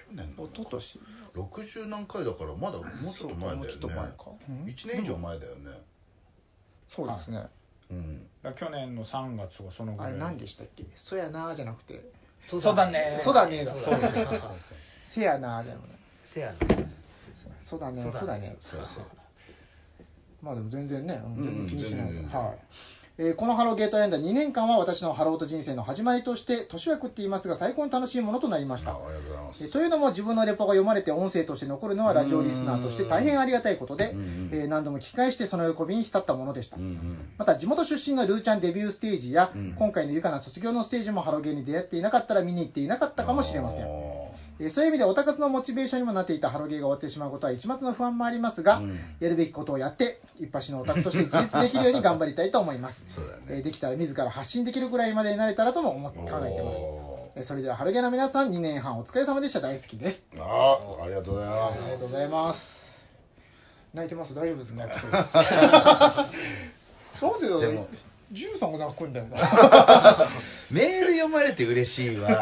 D: 去年
A: 一昨年
D: 60何回だからまだもうちょっと前だよね
A: もうちょっと前か、うん
D: 1年以上前だよね
A: そうですね
D: うん
E: 去年の3月とかそのぐ
A: あ
E: らい
A: れ何でしたっけ「そやな」じゃなくて
E: そうだね
A: そうだね
E: そうそうそうそう
A: 「せやな」じゃなくて
B: せやね
A: そうだねそうだね
B: そうそう
A: まあでも全然ね、うん全然気にしない、
D: うん全然全然
A: はいえーこのハローゲートエンダー2年間は私のハローと人生の始まりとして年は食っていますが最高に楽しいものとなりま
D: あ
A: し
D: り
A: た、
D: がとうございます
A: えーというのも自分のレポが読まれて音声として残るのはラジオリスナーとして大変ありがたいことで、
D: うんうん
A: えー何度も聞き返してその喜びに浸ったものでした、
D: うんうん
A: また地元出身のルーちゃんデビューステージや、
D: うん
A: 今回のゆかな卒業のステージもハロゲーに出会っていなかったら見に行っていなかったかもしれません
D: あー
A: えーそういう意味でオタ活のモチベーションにもなっていたハロゲーが終わってしまうことは一抹の不安もありますが、
D: うん、
A: やるべきことをやって一発のオタクとして自立できるように頑張りたいと思います
D: [LAUGHS] そうだよ
A: えー
D: ね
A: できたら自ら発信できるぐらいまでになれたらとも思って考えてますえーそれではハロゲーの皆さん2年半お疲れ様でした大好きです
D: ますあーありがとうござい
A: あ
D: ま
A: りがとう
D: す
A: ございます泣いて [LAUGHS] ます大丈夫ですか
E: 泣きそう
A: そうですよ
D: でも
A: ジュンさんが泣くんだよな
D: メール読まれて嬉しいわ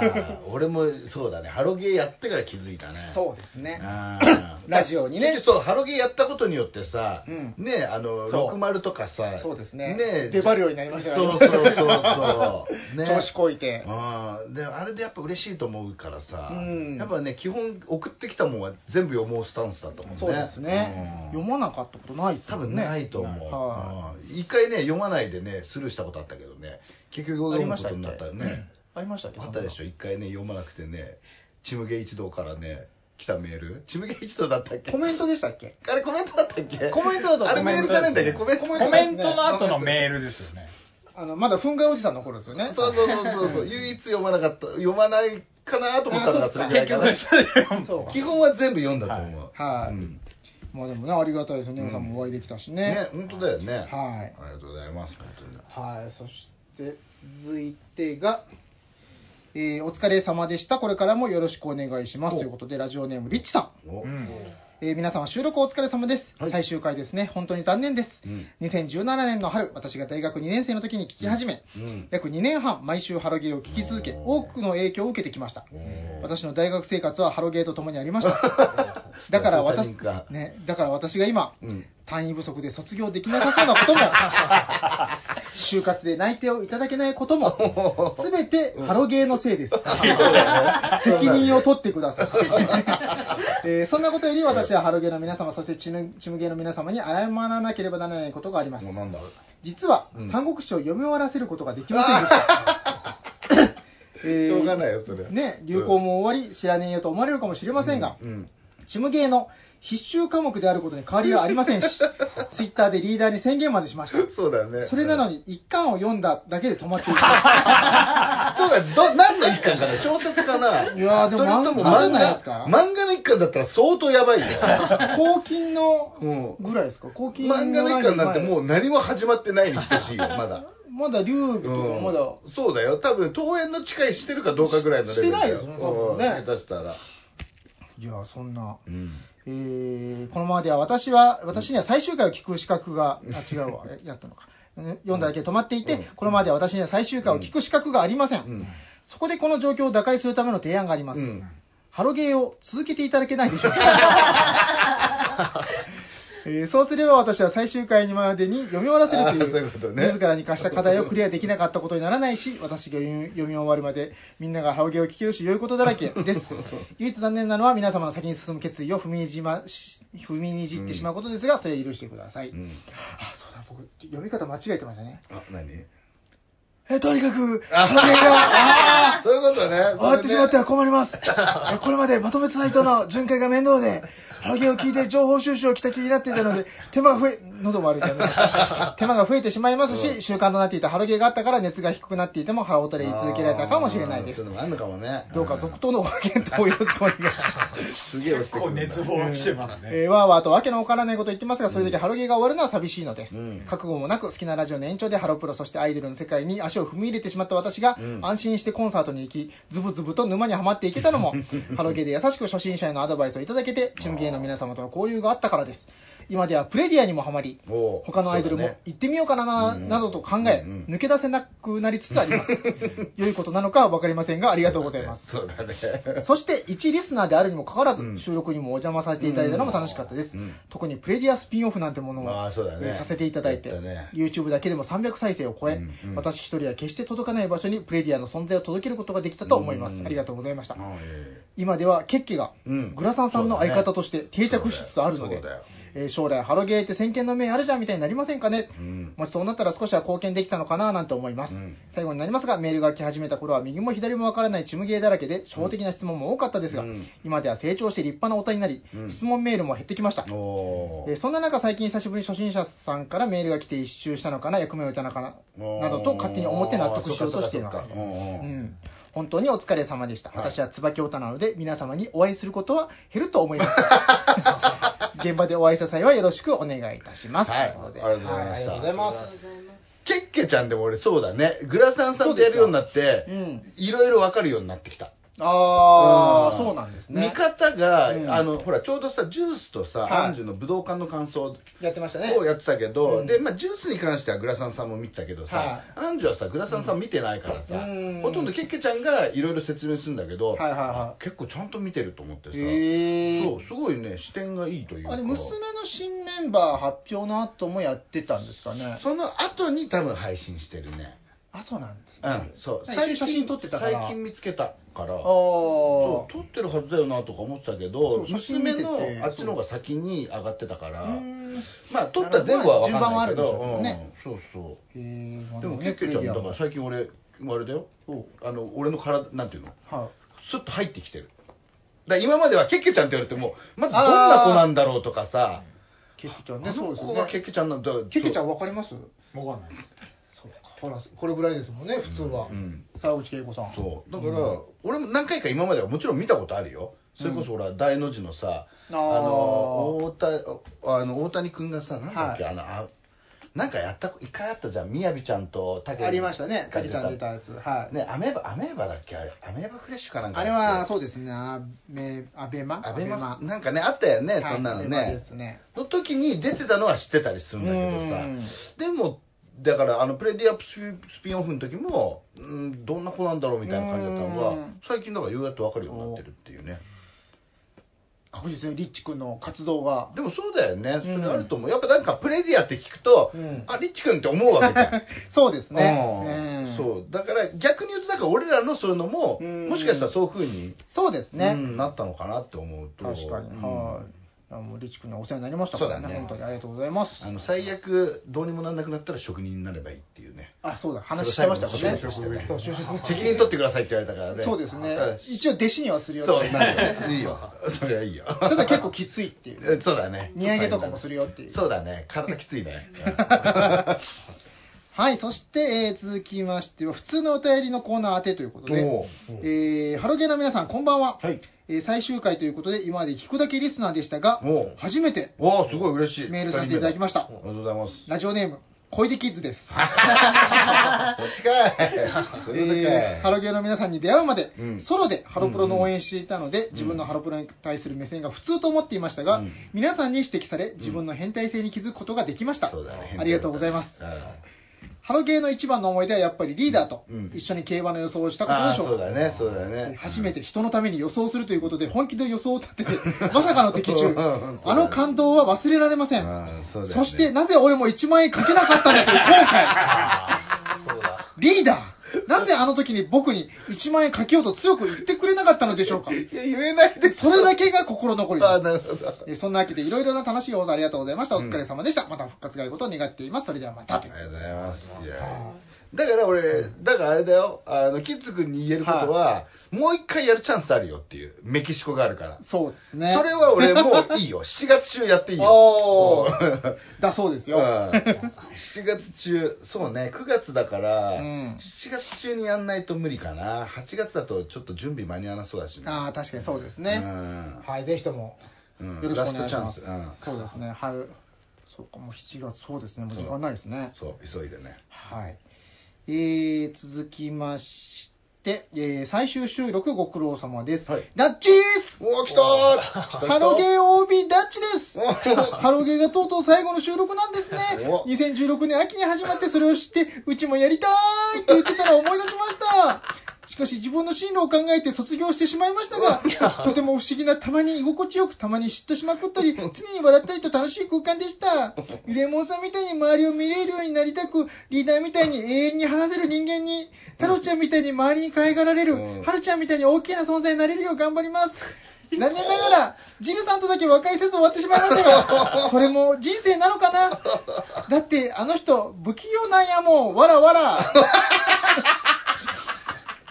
D: 俺もそうだねハロゲーやってから気づいたね
A: そうですね
D: あー
A: ラジオにね
D: そうハロゲーやったことによってさ、
A: うん
D: ねあの
A: そう
D: 60とかさ
A: そうですね
D: ね
A: 出張るようになりましたよね
D: そうそうそう
A: [LAUGHS]
D: そう、ね、
A: 調子こいて
D: あであれでやっぱ嬉しいと思うからさ、
A: うん
D: やっぱね基本送ってきたもんは全部読もうスタンスだったもんね
A: そうですね、
D: うん
A: 読まなかったことないです
D: 多
A: もん
D: 分
A: ね
D: ないと思う、
A: は
D: うん一回ね読まないでねスルーしたことあったけどね結局読むことになった
A: あ
D: よ
A: りました
D: ね
A: っい、ありましたっけ
D: あったでし
A: ょ
D: ょ一回ね読まなくてねちむげ一同からね来たメールちむげ一同だったっけ
A: コメントでしたっけ
D: あれコメントだったっけ
A: コメントだと
D: あれメールじゃないんだっけ
A: コ
D: コ
A: メ
D: メ
A: ン
D: ン
A: ト
D: ト
E: コメントの後のメールですよね
A: あのまだ憤慨おじさんの頃ですよね
D: そうそうそうそうそう唯一読まなかった読まないかなと思ったの
A: あ
D: が
A: そ
D: そう
A: か
D: れぐらいかな
A: そうか
D: [LAUGHS] 基本は全部読んだと思う
A: はいはい
D: うん
A: まあでもねありがたいですよね皆さんもお会いできたしね,、
D: ね本当だよね
A: はい
D: ありがとうございます本当に
A: はいそして続いてがえーお疲れ様でした。これからもよろしくお願いします。ということで、ラジオネーム、リッチさん。
D: お
E: うん
A: えー皆様収録お疲れ様です、
D: はい
A: 最終回ですね本当に残念です、
D: うん
A: 2017年の春私が大学2年生の時に聞き始め、
D: うん
A: 約2年半毎週ハロゲーを聞き続け多くの影響を受けてきました私の大学生活はハロゲーとともにありました
D: [LAUGHS]
A: だから
D: そう
A: 私
D: いうタイミングか
A: ね、だから私が今、
D: うん
A: 単位不足で卒業できなさそうなことも [LAUGHS] 就活で内定をいただけないこと
D: [LAUGHS]
A: も全てハロゲーのせいです責任を取ってください、 [LAUGHS] えーそんなことより私はハロゲーの皆様そしてチムチムゲーの皆様に謝らなければならないことがあります
D: もうなんだ
A: 実は、
D: うん
A: 三国志を読み終わらせることができませんでした。えー
D: [LAUGHS] しょうがないよそれ
A: ね、流行も終わり、知らねえよと思われるかもしれませんが、
D: うん [LAUGHS]
A: チムゲーの必修科目であることに変わりはありませんし、ツイッターでリーダーに宣言までしまし
D: そうだよ
A: た。
D: ね
A: それなのに、一巻を読んだだけで止まっていた。
D: そうだよど何の一巻
A: [LAUGHS]
D: かな小説かない
A: やーでも
D: それとも
A: 漫画じゃな
D: 漫
A: いです
D: 画
A: か
D: 漫画の一巻だったら相当やば
A: [LAUGHS]
D: いよ
A: 公金の
D: うん
A: ぐらいですか公金
D: 漫画の一巻なんても
A: う。
D: う何も始まってないに等しいよ
A: [LAUGHS]
D: まだ
A: まだ劉備と
D: う
A: か
D: ん
A: まだ、
D: そうだよ多分登園の誓いしてるかどうかぐらいのレベルだよ
A: ししてないですよね多分ね
D: うん下手したら
A: いや、そんな。
D: うん
A: えーこのままでは私は私には最終回を聞く資格があ違うわえやったのかうん読んだだけで止まっていて、
D: うん
A: このままでは私には最終回を聞く資格がありません、
D: うん
A: そこでこの状況を打開するための提案があります、
D: うん
A: ハロゲーを続けていただけないでしょうか
D: [LAUGHS]
A: えーそうすれば私は最終回にまでに読み終わらせるとい
D: あー
A: う
D: そういうことね
A: 自らに課した課題をクリアできなかったことにならないし私が読み読み終わるまでみんながハロゲーを聞けるし良いことだらけです
D: [LAUGHS]
A: 唯一残念なのは皆様の先に進む決意を踏みにじ,、ま、し踏みにじってしまうことですが、それは許してください、
D: うん
A: あそうだ僕読み方間違えてましたね
D: あ何
F: えとにかく、
D: あ
F: ハロゲンが、
D: そういうことね。
F: 終わってしまっては
D: それね
F: 困ります。えこれまでまとめてないとの巡回が面倒で、ハロゲンを聞いて情報収集をきたきりになっていたので、手間が増え、喉も悪いからね
A: 手間が増えてしまいますし、習慣となっていたハロゲーがあったから熱が低くなっていても腹をたれ言い続けられたかもしれないで
D: あーそ
A: す
D: ういう。のもあるのかもね。
A: どうか続投のご検討をよろしくお願いします。
D: すげえ落ちてく
E: こ
D: る
E: うん
D: だ。
E: 熱望してますね。
A: えー、わーわーとわけのわからないこと言ってますが、それだけハロゲーが終わるのは寂しいのです。
D: うん
A: 覚悟もなく、好きなラジオの延長でハロプロ、そしてアイドルの世界に足を踏み入れてしまった私が、
D: うん
A: 安心してコンサートに行き、ズブズブと沼にはまっていけたの
D: [LAUGHS]
A: も、ハロゲーで優しく初心者へのアドバイスをいただけて、チームゲーの皆様との交流があったからです。今ではプレディアにもハマり、
D: おう
A: 他のアイドル
D: そう
A: も
D: だね
A: 行ってみようかなな、
D: うん
A: などと考え、
D: うん
A: 抜け出せなくなりつつあり
D: [LAUGHS]
A: ます。良いことなのかは分かりませんが、ありがとうございます。
D: そうだ
A: [LAUGHS]
D: ね。
A: そして一リスナーであるにもかかわらず、
D: うん
A: 収録にもお邪魔させていただいたのも楽しかったです、
D: うん
A: 特にプレディアスピンオフなんてものを、
D: まあそうだね
A: えーさせていただいて、
D: やったね
A: YouTube だけでも300再生を超え、
D: うんうん
A: 私一人は決して届かない場所にプレディアの存在を届けることができたと思います、
D: うん
A: ありがとうございました、
D: うんいやいや
A: 今ではケッケが
D: うん
A: グラサンさんの相方として定着しつつあるので、
D: そうだよ
A: えー将来ハロゲーって先見の明あるじゃんみたいになりませんかね、
D: うん
A: もしそうなったら少しは貢献できたのかななんて思います、
D: うん
A: 最後になりますがメールが来始めた頃は右も左もわからないチムゲーだらけで初歩的な質問も多かったですが、
D: うん
A: 今では成長して立派なおたになり、
D: うん
A: 質問メールも減ってきました、
D: お
A: えー
D: ー
A: そんな中最近久しぶりに初心者さんからメールが来て一周したのかな役目を得たのかななどと勝手に思って納得しようとしています
D: あーそっかそっか
A: う
D: そっかうんうん
A: ん本当にお疲れ様でした、
D: はい
A: 私は椿太なので皆様にお会いすることは減ると思います
D: [LAUGHS]
A: 現場でお会いした際はよろしくお願いいたします、
D: はい
A: ということで
D: ありがとうございました
A: はありがとうございま
C: ありがとうご
A: す
C: ざいます
D: ケッケちゃんでも俺そうだね。グラサンさんとやるようになって
A: う、ん
D: いろいろわかるようになってきた。
A: ああ、そうなんです
D: 見
A: ね。
D: 方が、
A: うん
D: あのほらちょうどさジュースとさ、
A: はい
D: アンジュの武道館の感想
A: やってましたね。
D: をやってたけど、
A: うん
D: でまあ、ジュースに関してはグラサンさんも見てたけどさ、
A: は
D: アンジュはさグラサンさん見てないからさ、
A: うん
D: ほとんどケッケちゃんがいろいろ説明するんだけ
A: は
D: ど、
A: いはいは
D: 結構ちゃんと見てると思ってさ、
A: い。ええ
D: そうすごいね視点がいいというか
A: あれ、娘の新メンバー発表の後もやってたんですかね。
D: その後に多分配信してるね
A: あ、そうなんです
D: う
A: ね。
D: んそう
A: 一緒に写真撮ってたから
D: 最近見つけたから
A: あ
D: そ
A: あ
D: う。撮ってるはずだよなとか思ってたけ
A: そ
D: ど
A: う写真見て
D: 娘
A: て
D: のあっちの方が先に上がってたから
A: うん
D: まあ撮った前後は分か
A: 順
D: んないけ
A: 番はある
D: ど、
A: んでしょうね
D: うんそうそ
A: えーま
D: う
A: あ
D: でも
A: ね
D: けっけちゃんだか
A: は
D: ら最近俺あれだよあの俺の体なんていうの
A: い
D: スッと入ってきてるだから今まではけっけちゃんって言われてもまずどんな子なんだろうとかさ
A: ケッケちゃ
D: あ
A: んね、
D: の
A: そうです
D: 子
A: よ
D: がけ
A: ね
D: っ。けちゃんなんだ
A: ケッケちゃんわかります
E: わかんない。
A: そうか。ほら、これぐらいですもんね、普通は
D: うんうん。
A: 沢口恵子さん。
D: そうだから、俺も何回か今まではもちろん見たことあるよそれこそほら大の字のさ、
A: あー
D: あの大谷あの大谷君がさなんだっけ、あのあなんかやった一回あったじゃんみやびちゃんと竹
A: ありましたね、タケちゃん出たやつ。はい。
D: ねアメーバアメーバだっけあれアメーバフレッシュかなんか
A: あれは、
D: う
A: そうですね、アベアベマ
D: アベマなんかねあったよね、
A: はい
D: そんなの
A: アベマで
D: ね
A: すね。
D: の時に出てたのは知ってたりするんだ
A: うん
D: けどさでもだからあのプレディアップスピンオフの時も、うん、どんな子なんだろうみたいな感じだったの
A: う
D: が
A: ん
D: 最近だからようやっと分かるようになってるっていうね
A: 確実にリッチ君の活動が
D: でもそうだよねそれあると思う、やっぱなんかプレディアって聞くと、
A: うん
D: あリッチ君って思うわけじゃん
A: そうです
D: ね
A: [LAUGHS] ね、うんそう
D: そうだから逆に言うとだから俺らのそういうのも、
A: うん
D: もしかしたらそういうふうに、
A: ですね、
D: うんなったのかなって思うと
A: 確かに、
D: うん
A: はいいやもうリッチ君にはお世話になりましたからね
D: そうだね
A: 本当にありがとうございます
D: あの最悪どうにもなんなくなったら職人になればいいっていうね
A: あそうだ話してましたもんね
D: それ最後の仕事としてね責任取ってくださいって言われたからね
A: そうですね
D: だから
A: 一応弟子にはするよ
D: そう
A: ね
D: なんだよいいよそれはいいよ
A: ただ結構
D: [LAUGHS]
A: きついっていう
D: そうだね
A: 荷上げとかもするよっていう
D: そうだね体きついね
A: はいそして、えー続きましては普通のお便りのコーナー宛てということ [LAUGHS]
D: お
A: で
D: う、
A: えーハロゲーの皆さんこんばんは、
D: はい
A: えー最終回ということで今まで聞くだけリスナーでしたが
D: おう
A: 初めて
D: わあすごい嬉しい
A: メールさせていただきました
D: ありがとうございます
A: ラジオネーム小出キッズです
D: そっちかいそういうことかい、
A: えーハロゲーの皆さんに出会うまで、
D: うん
A: ソロでハロプロの応援していたので、自分のハロプロに対する目線が普通と思っていましたが、
D: うん
A: 皆さんに指摘され自分の変態性に気づくことができました、
D: そうだね
A: ありがとうございます、
D: うん
A: ハロゲーの一番の思い出はやっぱりリーダーと
D: うん
A: 一緒に競馬の予想をしたこと
D: あ
A: で
D: あ
A: しょう,、
D: そうだねそうだね
A: 初めて人のために予想するということで本気で予想を立てて [LAUGHS] まさかの的中
D: [LAUGHS] うんうんそうだ
A: あ
D: ね
A: の感動は忘れられません、
D: うんそうだよね
A: そしてなぜ俺も1万円かけなかったのという後悔
B: そうだ
A: リーダーなぜあの時に僕に1万円かけようと強く言ってくれなかったのでしょうか
D: [LAUGHS] いや、言えないで
A: それだけが心残りで
D: あ
A: す
D: なるほど。
A: えーそんなわけでいろいろな楽しい放送ありがとうございました。お疲れ様でした。また復活があることを願っています。それではまたという
D: ありがとうございます。いやだから俺、だからあれだよ、あの、キッズ君に言えることは、もう一回やるチャンスあるよっていう、メキシコがあるから。
A: そうですね。
D: それは俺もういい
A: [LAUGHS]
D: よ。7月中やっていいよ。
A: お
D: う
A: ー
D: ん
A: だそうですよ。
D: 7月中、そうね、9月だから、
A: うん
D: 7月中にやんないと無理かな。8月だとちょっと準備間に合わなそうだしね。
A: ああ、確かにそうですね。はい、ぜひとも
D: うん。うん
A: よろしくお願いし
D: ラ
A: ま
D: ス
A: す。
D: トチャンス。
A: そうですね。春、そうか、もう7月、そうですね。もう時間ないですね。
D: うん。そう、急いでね。
A: はい。えー、続きまして、えー、最終収録ご苦労様です。
D: はい
A: ダッチース
D: おお、来たー来た来た
A: ハロゲー OB ダッチです
D: お
A: [LAUGHS] ハロゲーがとうとう最後の収録なんですね
D: お。
A: 2016年秋に始まってそれを知って、うちもやりたーいって言ってたら思い出しました。しかし自分の進路を考えて卒業してしまいました
D: [LAUGHS]
A: が、とても不思議な、たまに居心地よく、たまに嫉妬しまくった
D: [LAUGHS]
A: り、常に笑ったりと楽しい空間でした。ゆれもんさんみたいに周りを見れるようになりたく、リーダーみたいに永遠に話せる人間に、太郎ちゃんみたいに周りに可愛がられる
D: うん、
A: はるちゃんみたいに大きな存在になれるよう頑張ります。残念ながら、ジルさんとだけ和解せず終わってしまいました
D: [LAUGHS]
A: が、それも人生なのかなだって、あの人、不器用なんやもん、わらわら。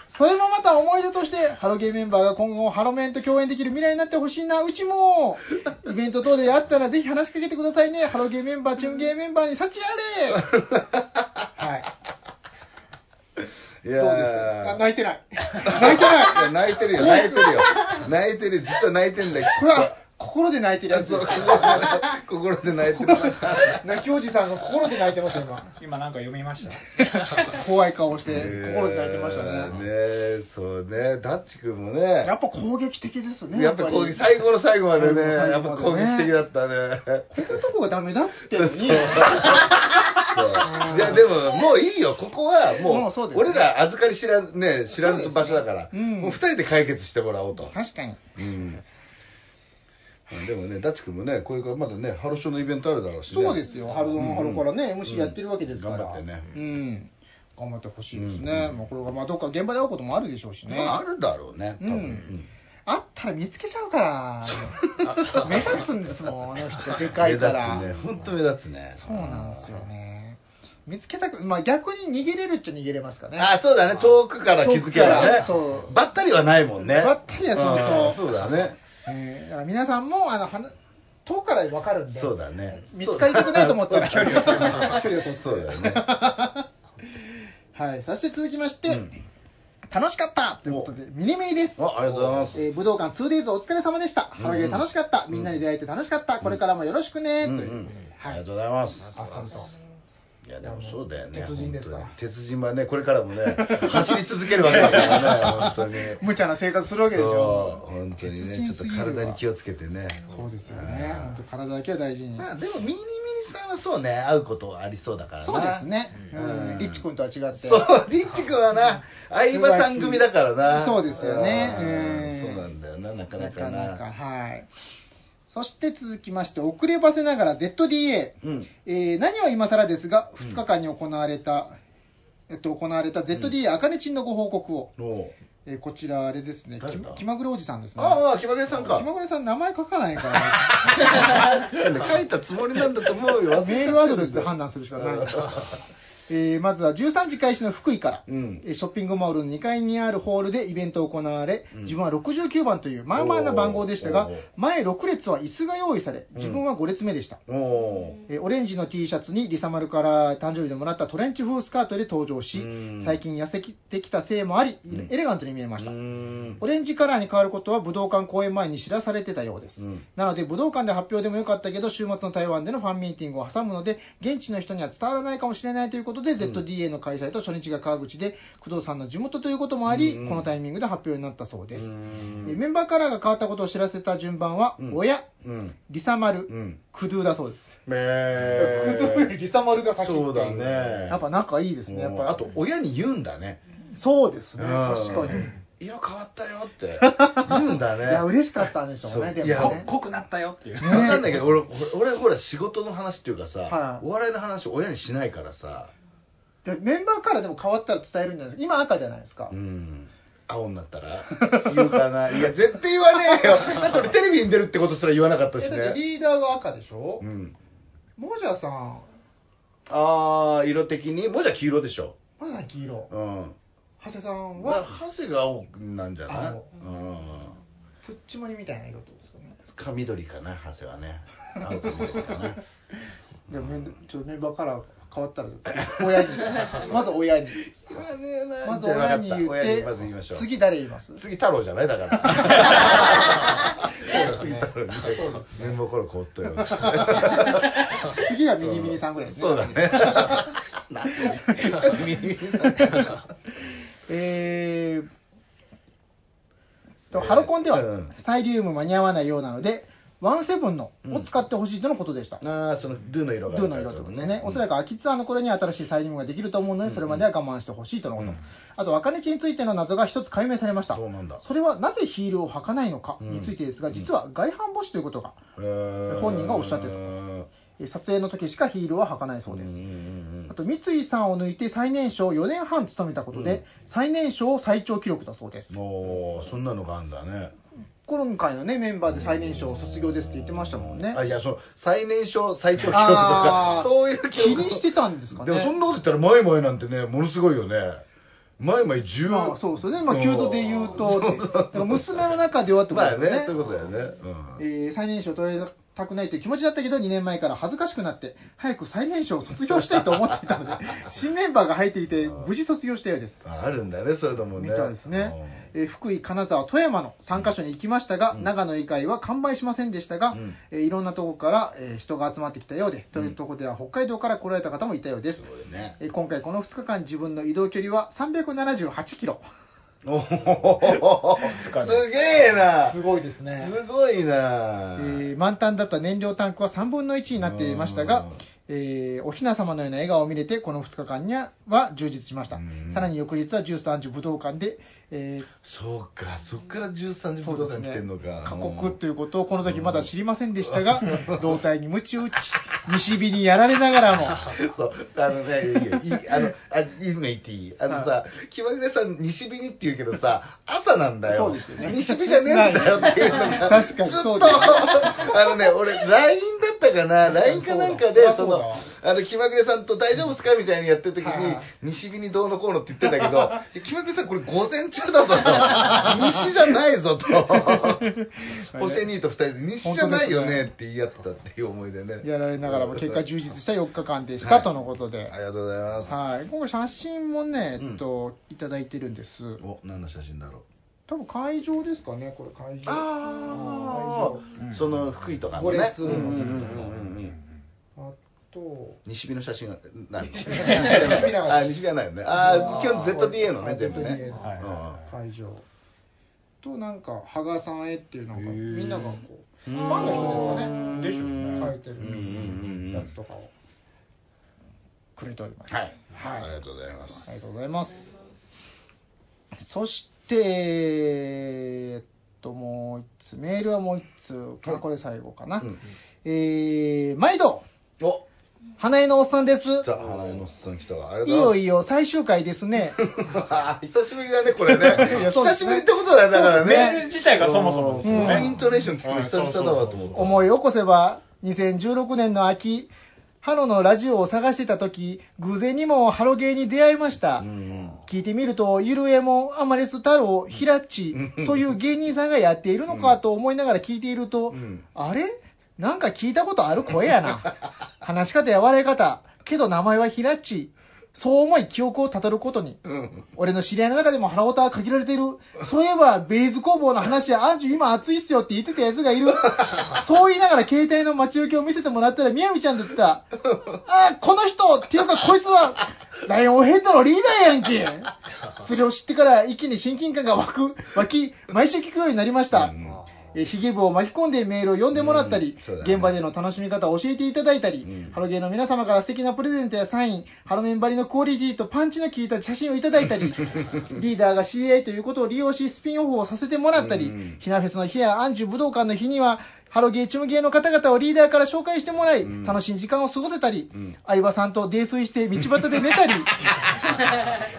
A: それもまた思い出として、ハロゲーメンバーが今後、ハロメンと共演できる未来になってほしいな、うちも。イベント等であったら、ぜひ話しかけてくださいね。ハロゲーメンバー、チュンゲーメンバーに幸あれ。はい。
D: い
A: ど
D: や
A: う
D: ー
A: ですあ泣いてない。泣いてない。
D: いや泣いてるよ、泣いてるよ。泣いてる、実は泣いてんだよ。
A: こ [LAUGHS] れは、心で泣いてるやつ
D: そ
A: で
D: う
A: す。
D: 心で泣いてる。
A: 泣きおじさんが心で泣いてますよ、今。
E: 今なんか読みました
A: 怖い顔して、心で泣いてました
D: えー
A: ね。
D: ねえそうね、ダッチ君もね。
F: やっぱ攻撃的ですね。
D: やっぱ攻撃、最後の最後までね、やっぱ攻撃的だったね。
A: [LAUGHS] こんなとこがダメだっつってんのに、
D: [LAUGHS] そういやでももういいよここは
A: も
D: も
A: うそうで
D: う
A: すね
D: 俺ら預かり知らんね知らん場所だから
A: そうですねうん
D: もう二人で解決してもらおうと
A: 確かに。
D: うんでもねダチ君もねこれからまだねハロショーのイベントあるだろうしね
A: そうですよ、春
D: うん
A: の春からね、MC やってるわけですから、
D: 頑張ってね
A: うん、頑張ってほしいですね、まあ、これがまあどっか現場で会うこともあるでしょうしね、
D: まああるだろうね多分
A: うん
D: うん
A: あったら見つけちゃう
D: [LAUGHS]
A: から、目立つんですもん、あの人、でかいから、
D: 目立つね本当目立つね
A: そうなんですよね、見つけたく、まあ、逆に逃げれるっちゃ逃げれますからね、
D: あそうだね遠くから気づけ
A: 遠くか
D: ば
A: ら
D: ね
A: そう
D: ばったりはないもんね
A: ばったりはそうそ
D: んそうだね
A: えーだから皆さんもあのはな遠から分かるんで、
D: そうだね
A: 見つかりたくないと思ったら、距離を取って
D: そうだよね
A: はい、そして続きまして、
D: うん
A: 楽しかったということで、ミニミニです。
D: あありがとうございます
A: えー武道館 2days お疲れ様でした。
D: うん
A: ハロゲー楽しかった。みんなに出会えて楽しかった。これからもよろしくね。
D: うん
A: と
D: う
A: いうん
D: あ
A: は
D: りが
A: い。
D: とうございます
A: あっさりと。
D: いやでもそうだよね
A: 鉄人ですから
D: 本当に鉄人はねこれからもね走り続けるわけ
A: [LAUGHS]
D: だからね本当に
A: 無茶な生活するわけでしょ。
D: そう本当に
A: 鉄
D: ね
A: 人
D: ちょっ
A: す
D: と
A: ぎるわ
D: 体に気をつけてね
A: そうですよね。本当体だけは大事に。
D: まあでもミニミニさんはそうね会うことはありそうだからな
A: そうですね。う
D: うん
A: ん。リッチ君とは違って。
D: そうリッチ君はな相葉さん組だからな
A: そうですよね
D: うん
A: うん
D: そうなんだよななかな
A: な
D: か
A: かなか、
D: な
A: はい。そして続きまして、遅ればせながら ZDA。
D: うん
A: えー何は今更ですが、2日間に行われた、えっと、行われた ZD あかねちんのご報告を、
D: もう
A: えーこちら、あれですね、
D: 誰
A: き
D: だ
A: 気まぐれおじさんですね。
D: ああ気まぐれさん
A: 気
D: か
A: まぐれさん、名前書かないから、
D: 書いたつもりなんだと思 [LAUGHS] うよ忘れちゃってる
A: メールアドレスで判断するしかない。えーまずは13時開始の福井から、
D: うん
A: えーショッピングモールの2階にあるホールでイベントを行われ、
D: うん
A: 自分は69番という、まあまあな番号でしたが
D: おー、
A: 前6列は椅子が用意され、自分は5列目でした。
D: お [LAUGHS] お
A: えーオレンジの T シャツにリサマルから誕生日でもらったトレンチ風スカートで登場し
D: うん
A: 最近痩せてきたせいもあり、
D: うん
A: エレガントに見えま
D: ーう
A: した、
D: ん
A: オレンジカラーに変わることは武道館公演前に知らされてたようです、
D: うん
A: なので武道館で発表でもよかったけど週末の台湾でのファンミーティングを挟むので現地の人には伝わらないかもしれないということで、ZDA の開催と初日が川口で工藤さんの地元ということもあり、
D: うん
A: このタイミングで発表になったそうです、
D: うん
A: えーメンバーカラーが変わったことを知らせた順番は、
D: うん
A: 親
D: うん
A: リサマル、
D: うん
A: クドゥだそうです
D: え
A: クドゥよりリサマルが先っていう
D: そうだね
A: やっぱ仲いいですねやっぱ
D: あと親に言うんだね
A: そうですね
D: うん
A: 確かに
D: 色変わったよ
A: [LAUGHS]
D: って言うんだ
A: いや
D: ね
A: 嬉しかったんでしょう
D: そ
A: ね
D: う
A: でも
D: いや
A: ね
E: 濃くなったよっていう
D: 分かんないけど俺俺俺ほら仕事の話っていうかさ、
A: はい
D: お笑いの話親にしないからさ
A: でメンバーからでも変わったら伝えるんじゃないですか今赤じゃないですか、
D: うん青になったら言うかないや絶対言わねえよだって俺テレビに出るってことすら言わなかった
A: え
D: し
A: だって
D: ね
A: リーダーが赤でしょ、
D: うん
A: もじゃさん
D: ああ色的にもじゃ黄色でしょ
A: もじゃさん黄色
D: うん
A: 長谷さん
D: まあ
A: は
D: ハセが青なんじゃない
A: 青
D: うん
A: プッチモニみたいな色ってことですかね
D: か緑かなハセはね青か緑かな
A: でメンちょメンバーから変わったら [LAUGHS] 親にまず親に
D: 言わねえな
A: まず親に言
D: わかた親にま
A: っ
D: ず言いましてょう
A: 次誰言います
D: 次太郎じゃないだから。
A: [LAUGHS]
D: 次太郎に。面目から凍ったよ。
A: 次がミニミニさんぐらいですね
D: そう
A: [LAUGHS]
D: だね。耳さん
A: えーと、ハロコンでは
D: うん
A: サイリウム間に合わないようなので、ワンセブンの
D: うん
A: を使ってほしいとのことでした。
D: ああ、そのルーの色が。
A: ドゥの色ってことですね、おそらく秋ツアーの頃に新しいサイリウムができると思うので、それまでは我慢してほしいとのこと、
D: うん
A: あと、若根地についての謎が一つ解明されました、
D: そうなんだ
A: それはなぜヒールを履かないのかについてですが、
D: うん
A: 実は外反母趾ということが、
D: うん
A: 本人がおっしゃってた
D: うん
A: えー撮影の時しかヒールは履かないそうです。
D: んんうん
A: あと三井さんを抜いて最年少4年半務めたことで、最年少最長記録だそうです。
D: おーそんなのがあるんだね。
A: 今回のねメンバーで最年少卒業ですって言ってましたもんね
D: あいやその最年少最長記録と
A: あ
D: か
A: ー
D: [LAUGHS] そういう記
A: 気
D: 録
A: にしてたんですかね
D: でもそんなこと言ったらマイマイなんてねものすごいよね。マイマイ10。
A: まあそうですよねまあ急度で言うとだから娘の中ではってこと
D: ま
A: だ
D: あ
A: よ
D: ね
A: ね
D: そういうことだよね。うん
A: えー最年少取られたくないという気持ちだったけど2年前から恥ずかしくなって早く最年少を卒業したいと思っていたの
D: [LAUGHS]
A: で新メンバーが入っていて無事卒業したようです
D: ああるんだよね、それともね。
A: みたいですね、えー福井金沢富山の3カ所に行きましたが、
D: うん
A: 長野以外は完売しませんでしたが、
D: うん
A: えーいろんなところから、えー人が集まってきたようで、というところでは北海道から来られた方もいたようで
D: うん。
A: す
D: す、ごいね。
A: えー今回この2日間自分の移動距離は378キロ
D: おおすげえな。
A: すごいですね
D: すごいな。
A: えー満タンだった燃料タンクは3分の1になっていました
D: うん
A: が、えーおひな様のような笑顔を見れてこの2日間にはは充実しました
D: うん
A: さらに翌日はジュースとアンジュ武道館で、え
D: そうか、そっから13時
A: そ
D: 武
A: う
D: 道
A: で
D: 館
A: す
D: 来
A: ね
D: てんのか。
A: 過酷ということをこの時まだ知りませんでしたが胴体に鞭打ち西日にやられながらも
D: うんそう、あのね、いいよいいあの、あ、いいの言っていい。あのさ、気まぐれさん、西日にって言うけどさ、朝なんだよ。
A: そうですよね
D: 西日じゃねえんだよっていうの
A: 確
D: が。
A: かに
D: ずっ
A: そう
D: と、
A: だ
D: あのね、俺、LINE だったかな、LINE かなんかで、そ
A: そうだ
D: の、あの、気まぐれさんと大丈夫ですかみたいにやってる時
A: はい
D: に
A: はい、
D: 西日にどうのこうのって言ってたけど、 [LAUGHS] いや気まぐれさん、これ午前中
A: [LAUGHS]
D: だぞと。西じゃないぞと。ポシェニーと二人で、西じゃないよねって言い合ってたっていう思い出ね。
A: やられながらも結果充実した4日間でした、
D: はい
A: とのことで、
D: ありがとうございます。
A: はい、今回写真もね、
D: うん
A: えっと、いただいてるんです
D: お、何の写真だろう。
A: 多分会場ですかねこれ会場
D: ああ、その福井とかの
A: 五
D: ね。
A: 列
D: うん
A: の
D: うんうんうんうん
A: あと
D: 西日の写真がない。 [LAUGHS] 西日
A: 日だから
D: あ、西日はないよね。ああ、基本 ZDA の
A: あ
D: ね、
A: ー
D: 全部
A: ZDA
D: ね。
A: の
E: はいはいは
A: 会場となんか羽賀さんへっていうなんか
E: へー
A: みんながこう
D: フ
A: ファンの人ですかね
E: でしょうね
A: 書いて
D: うんうんうん
A: るやつとかをくれております、
D: はい。
A: はい
D: ありがとうございます。
A: ありがとうございますそしてえーっともう一つメールはもう一通かなこれ最後かな、
D: うん
A: えー毎度
D: お、
A: 花江のおっさんです
D: じゃあ、花江のおっさん来たわ。ありが
A: い
D: とう
A: よ
D: ござい
A: いよ最終回ですね
D: ます。 [LAUGHS] 久しぶりだね、
A: [LAUGHS]
D: これね。
A: やそうですね
D: 久しぶりってことだよ、だから
E: メール
D: ね。
E: 自体がそもそもです
D: こ
E: よ
D: のイン
E: ね。
D: トネーション聞くの久々だわと思って。
A: 思い起こせば2016年の秋ハロのラジオを探してた時偶然にもハロゲーに出会いました、
D: うん
A: 聞いてみるとゆるえもんアマレス太郎ひらっち
D: うん
A: という芸人さんがやっているのかと思いながら聞いていると、
D: うん
A: あれなんか聞いたことある声やな話し方や笑い方けど名前はひらっちそう思い記憶をたどることに
D: うん。うん。
A: 俺の知り合いの中でも腹オタは限られている。そういえば、ベリーズ工房の話や、アンジュ今熱いっすよって言ってたやつがいる。そう言いながら携帯の待ち受けを見せてもらったら、みやみちゃんだった。あー、この人っていうかこいつは、ライオンヘッドのリーダーやんけ。それを知ってから一気に親近感が湧く、湧き、毎週聞くようになりました。えーヒゲ部を巻き込んでメールを読んでもらったり
D: うん、そうだね
A: 現場での楽しみ方を教えていただいたり、
D: うん
A: ハロゲーの皆様から素敵なプレゼントやサイン、ハロメンバリのクオリティとパンチの効いた写真をいただいた
D: [LAUGHS]
A: り、リーダーが知り合いということを利用しスピンオフをさせてもらったり、
D: うん
A: ひなフェスの日やアンジュ武道館の日には、ハロゲーチームゲーの方々をリーダーから紹介してもらい、
D: うん
A: 楽しい時間を過ごせたり、
D: うん
A: 相葉さんと泥酔して道端で寝た
D: [LAUGHS]
A: り、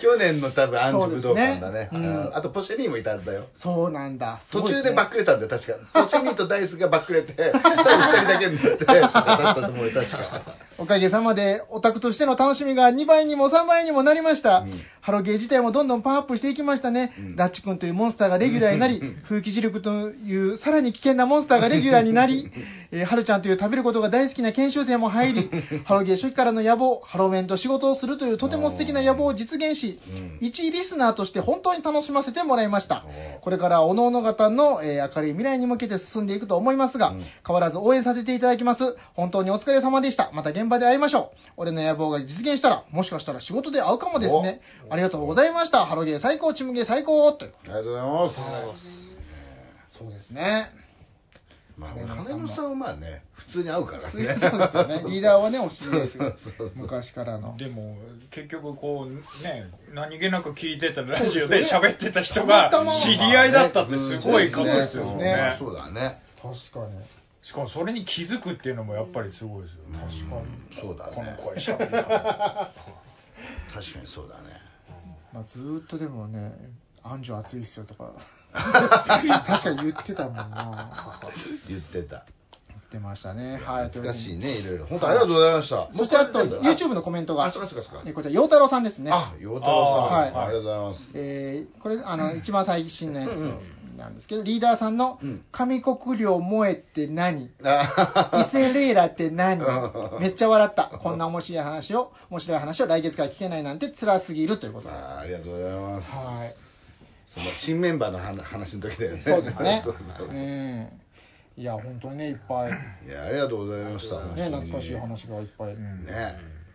D: 去年の多分アンジュ武道館だね
A: そうですねうん
D: ああとポシェニーもいたはずだよ
A: そうなんだ。す
D: 途
A: ごい
D: 中
A: す
D: で
A: ね
D: バックれたんだよ確かポシェニーとダイスがバックれ
A: [LAUGHS]
D: て最後2人だけになってだったと思うよ確か
A: おかげさまでオタクとしての楽しみが2倍にも3倍にもなりました、
D: うん
A: ハロゲー自体もどんどんパワーアップしていきましたね、
D: うん
A: ラッチ君というモンスターがレギュラーに
D: [LAUGHS]
A: なり風紀磁力というさらに危険なモンスターがレギュラーにな
D: [LAUGHS]
A: り、えー、ハルちゃんという食べることが大好きな研修生も入りハロゲー初期からの野望ハロメンと仕事をするというとても素敵な野望を実現し、
D: うん
A: 一リスナーとして本当に楽しませてもらいました
D: おー
A: これからおのおの方の、えー明るい未来に向けて進んでいくと思いますが、
D: うん
A: 変わらず応援させていただきます本当にお疲れ様でしたまた現場で会いましょう俺の野望が実現したらもしかしたら仕事で会うかもですねありがとうございましたハロゲー最高チムゲー最高という
D: ありがとうございます
A: そうですね
D: まあね金野さんはまあね普通に会うからね
A: そうですよねリーダーはねお知り合いですよ
D: そうそうそう
A: 昔からの
E: でも結局こうね何気なく聞いてたラジオで喋ってた人
A: たまた
E: が
A: ま
E: 知り合いだったってすごいことですよね
D: そうだね
A: 確かに
E: しかもそれに気づくっていうのもやっぱりすごいですよね
D: そうだね
E: この声喋り方
D: 確かにそうだね
A: まあ、ずーっとでもね「安城熱いっすよ」と
D: [LAUGHS]
A: か確かに言ってたもんな
D: 言ってた
A: 言ってましたねはい
D: 懐かしい
A: ね
D: ねいろいろ本当ありがとうございました
A: そしてあと
D: もう一回やって
A: YouTube
D: んだ
A: のコメントが
D: あそうかそうかそうか
A: えこちら陽太郎さんですね
D: あ陽太郎さん
A: あ
D: あ
A: ーはい
D: りがとうございます
A: えーこれあの一番最新のやつなんですけどリーダーさんの
D: うん
A: 「上国領萌えって
D: [LAUGHS]
A: 何?」
D: あ
A: 伊勢レイラって何
D: うん
A: めっちゃ笑ったこんな面白い話を面白い話を来月から聞けないなんて辛すぎるということで
D: まあありがとうございます
A: はい
D: その新メンバーの話話の時だよね
A: そうですね
D: [LAUGHS] そうそう
A: うんいや本当にねいっぱい
D: いやありがとうございました
A: ね懐かしい話がいっぱい、
D: [LAUGHS] ね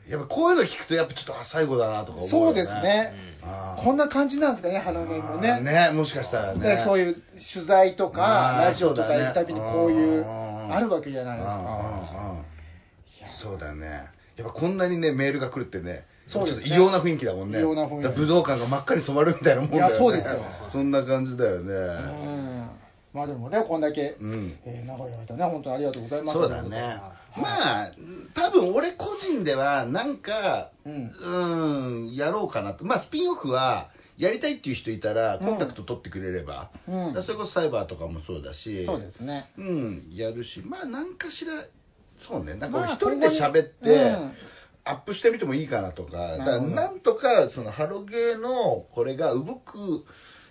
D: やっぱこういうの聞くとやっぱちょっとあ最後だなとか思うよ
A: そうですね、
D: あー
A: こんな感じなんですかね花面も
D: あ
A: ね
D: ーねもしかしたら
A: だか
D: ね
A: らそういう取材とか
D: あー
A: ラジオとか
D: そうだね
A: 行くたびにこういう
D: あー
A: あるわけじゃないですか
D: うんうんうんそうだねやっぱこんなにねメールが来るってね
A: そうですね
D: ちょっと異様な雰囲気だもんね
A: 異様な雰囲気
D: だから武道館が真っ赤に染まるみたいなもんだよ
A: い
D: ね
A: やそうですよ
D: そんな感じだよ
A: う
D: ね
A: んまあでもねこんだけ、
D: うん
A: えー長い間ね本当にありがとうございます
D: そうだねまあ多分俺個人ではなんか
A: う
D: うんんやろうかなとまあスピンオフはやりたいっていう人いたら
A: うん
D: コンタクト取ってくれれば、
A: うん
D: だからそれこそサイバーとかもそうだし
A: そうですね
D: うん、やるし、まあ、何かしら、そうね、なんか
A: まあ
D: 一人で喋っ
A: う
D: て
A: ん、
D: アップしてみてもいいかなとか、だ
A: なる
D: から
A: ほど
D: なんとか、そのハロゲーのこれが動く、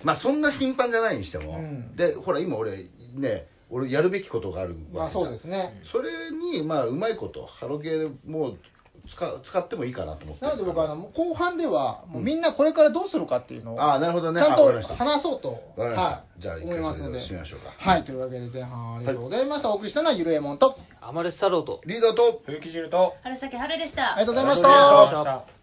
D: まあ、そんな頻繁じゃないにしても、
A: うん
D: で、ほら、今、俺、ね、俺、やるべきことがあるわけじゃん
A: まあそうですね
D: それに、まあ、うまいこと、ハロゲーもう使使ってもいいかなと思って
A: な
D: る
A: ので僕はあの後半ではもうみんなこれからどうするかっていうのを、
D: ああ、なるほどね、
A: ちゃん
D: あわかり
A: と
D: ました
A: 話そうと、
D: わかりましたじゃあ
A: 思いますので
D: 一回それで締めましょうか
A: はいというわけで前半ありがとうございました、お送りしたのはゆるえもんと
B: アマレス太郎と
D: リーダーと
E: 冬木汁と
C: 春先春でした
A: ありがとうございまし
B: ありがとうございました
E: した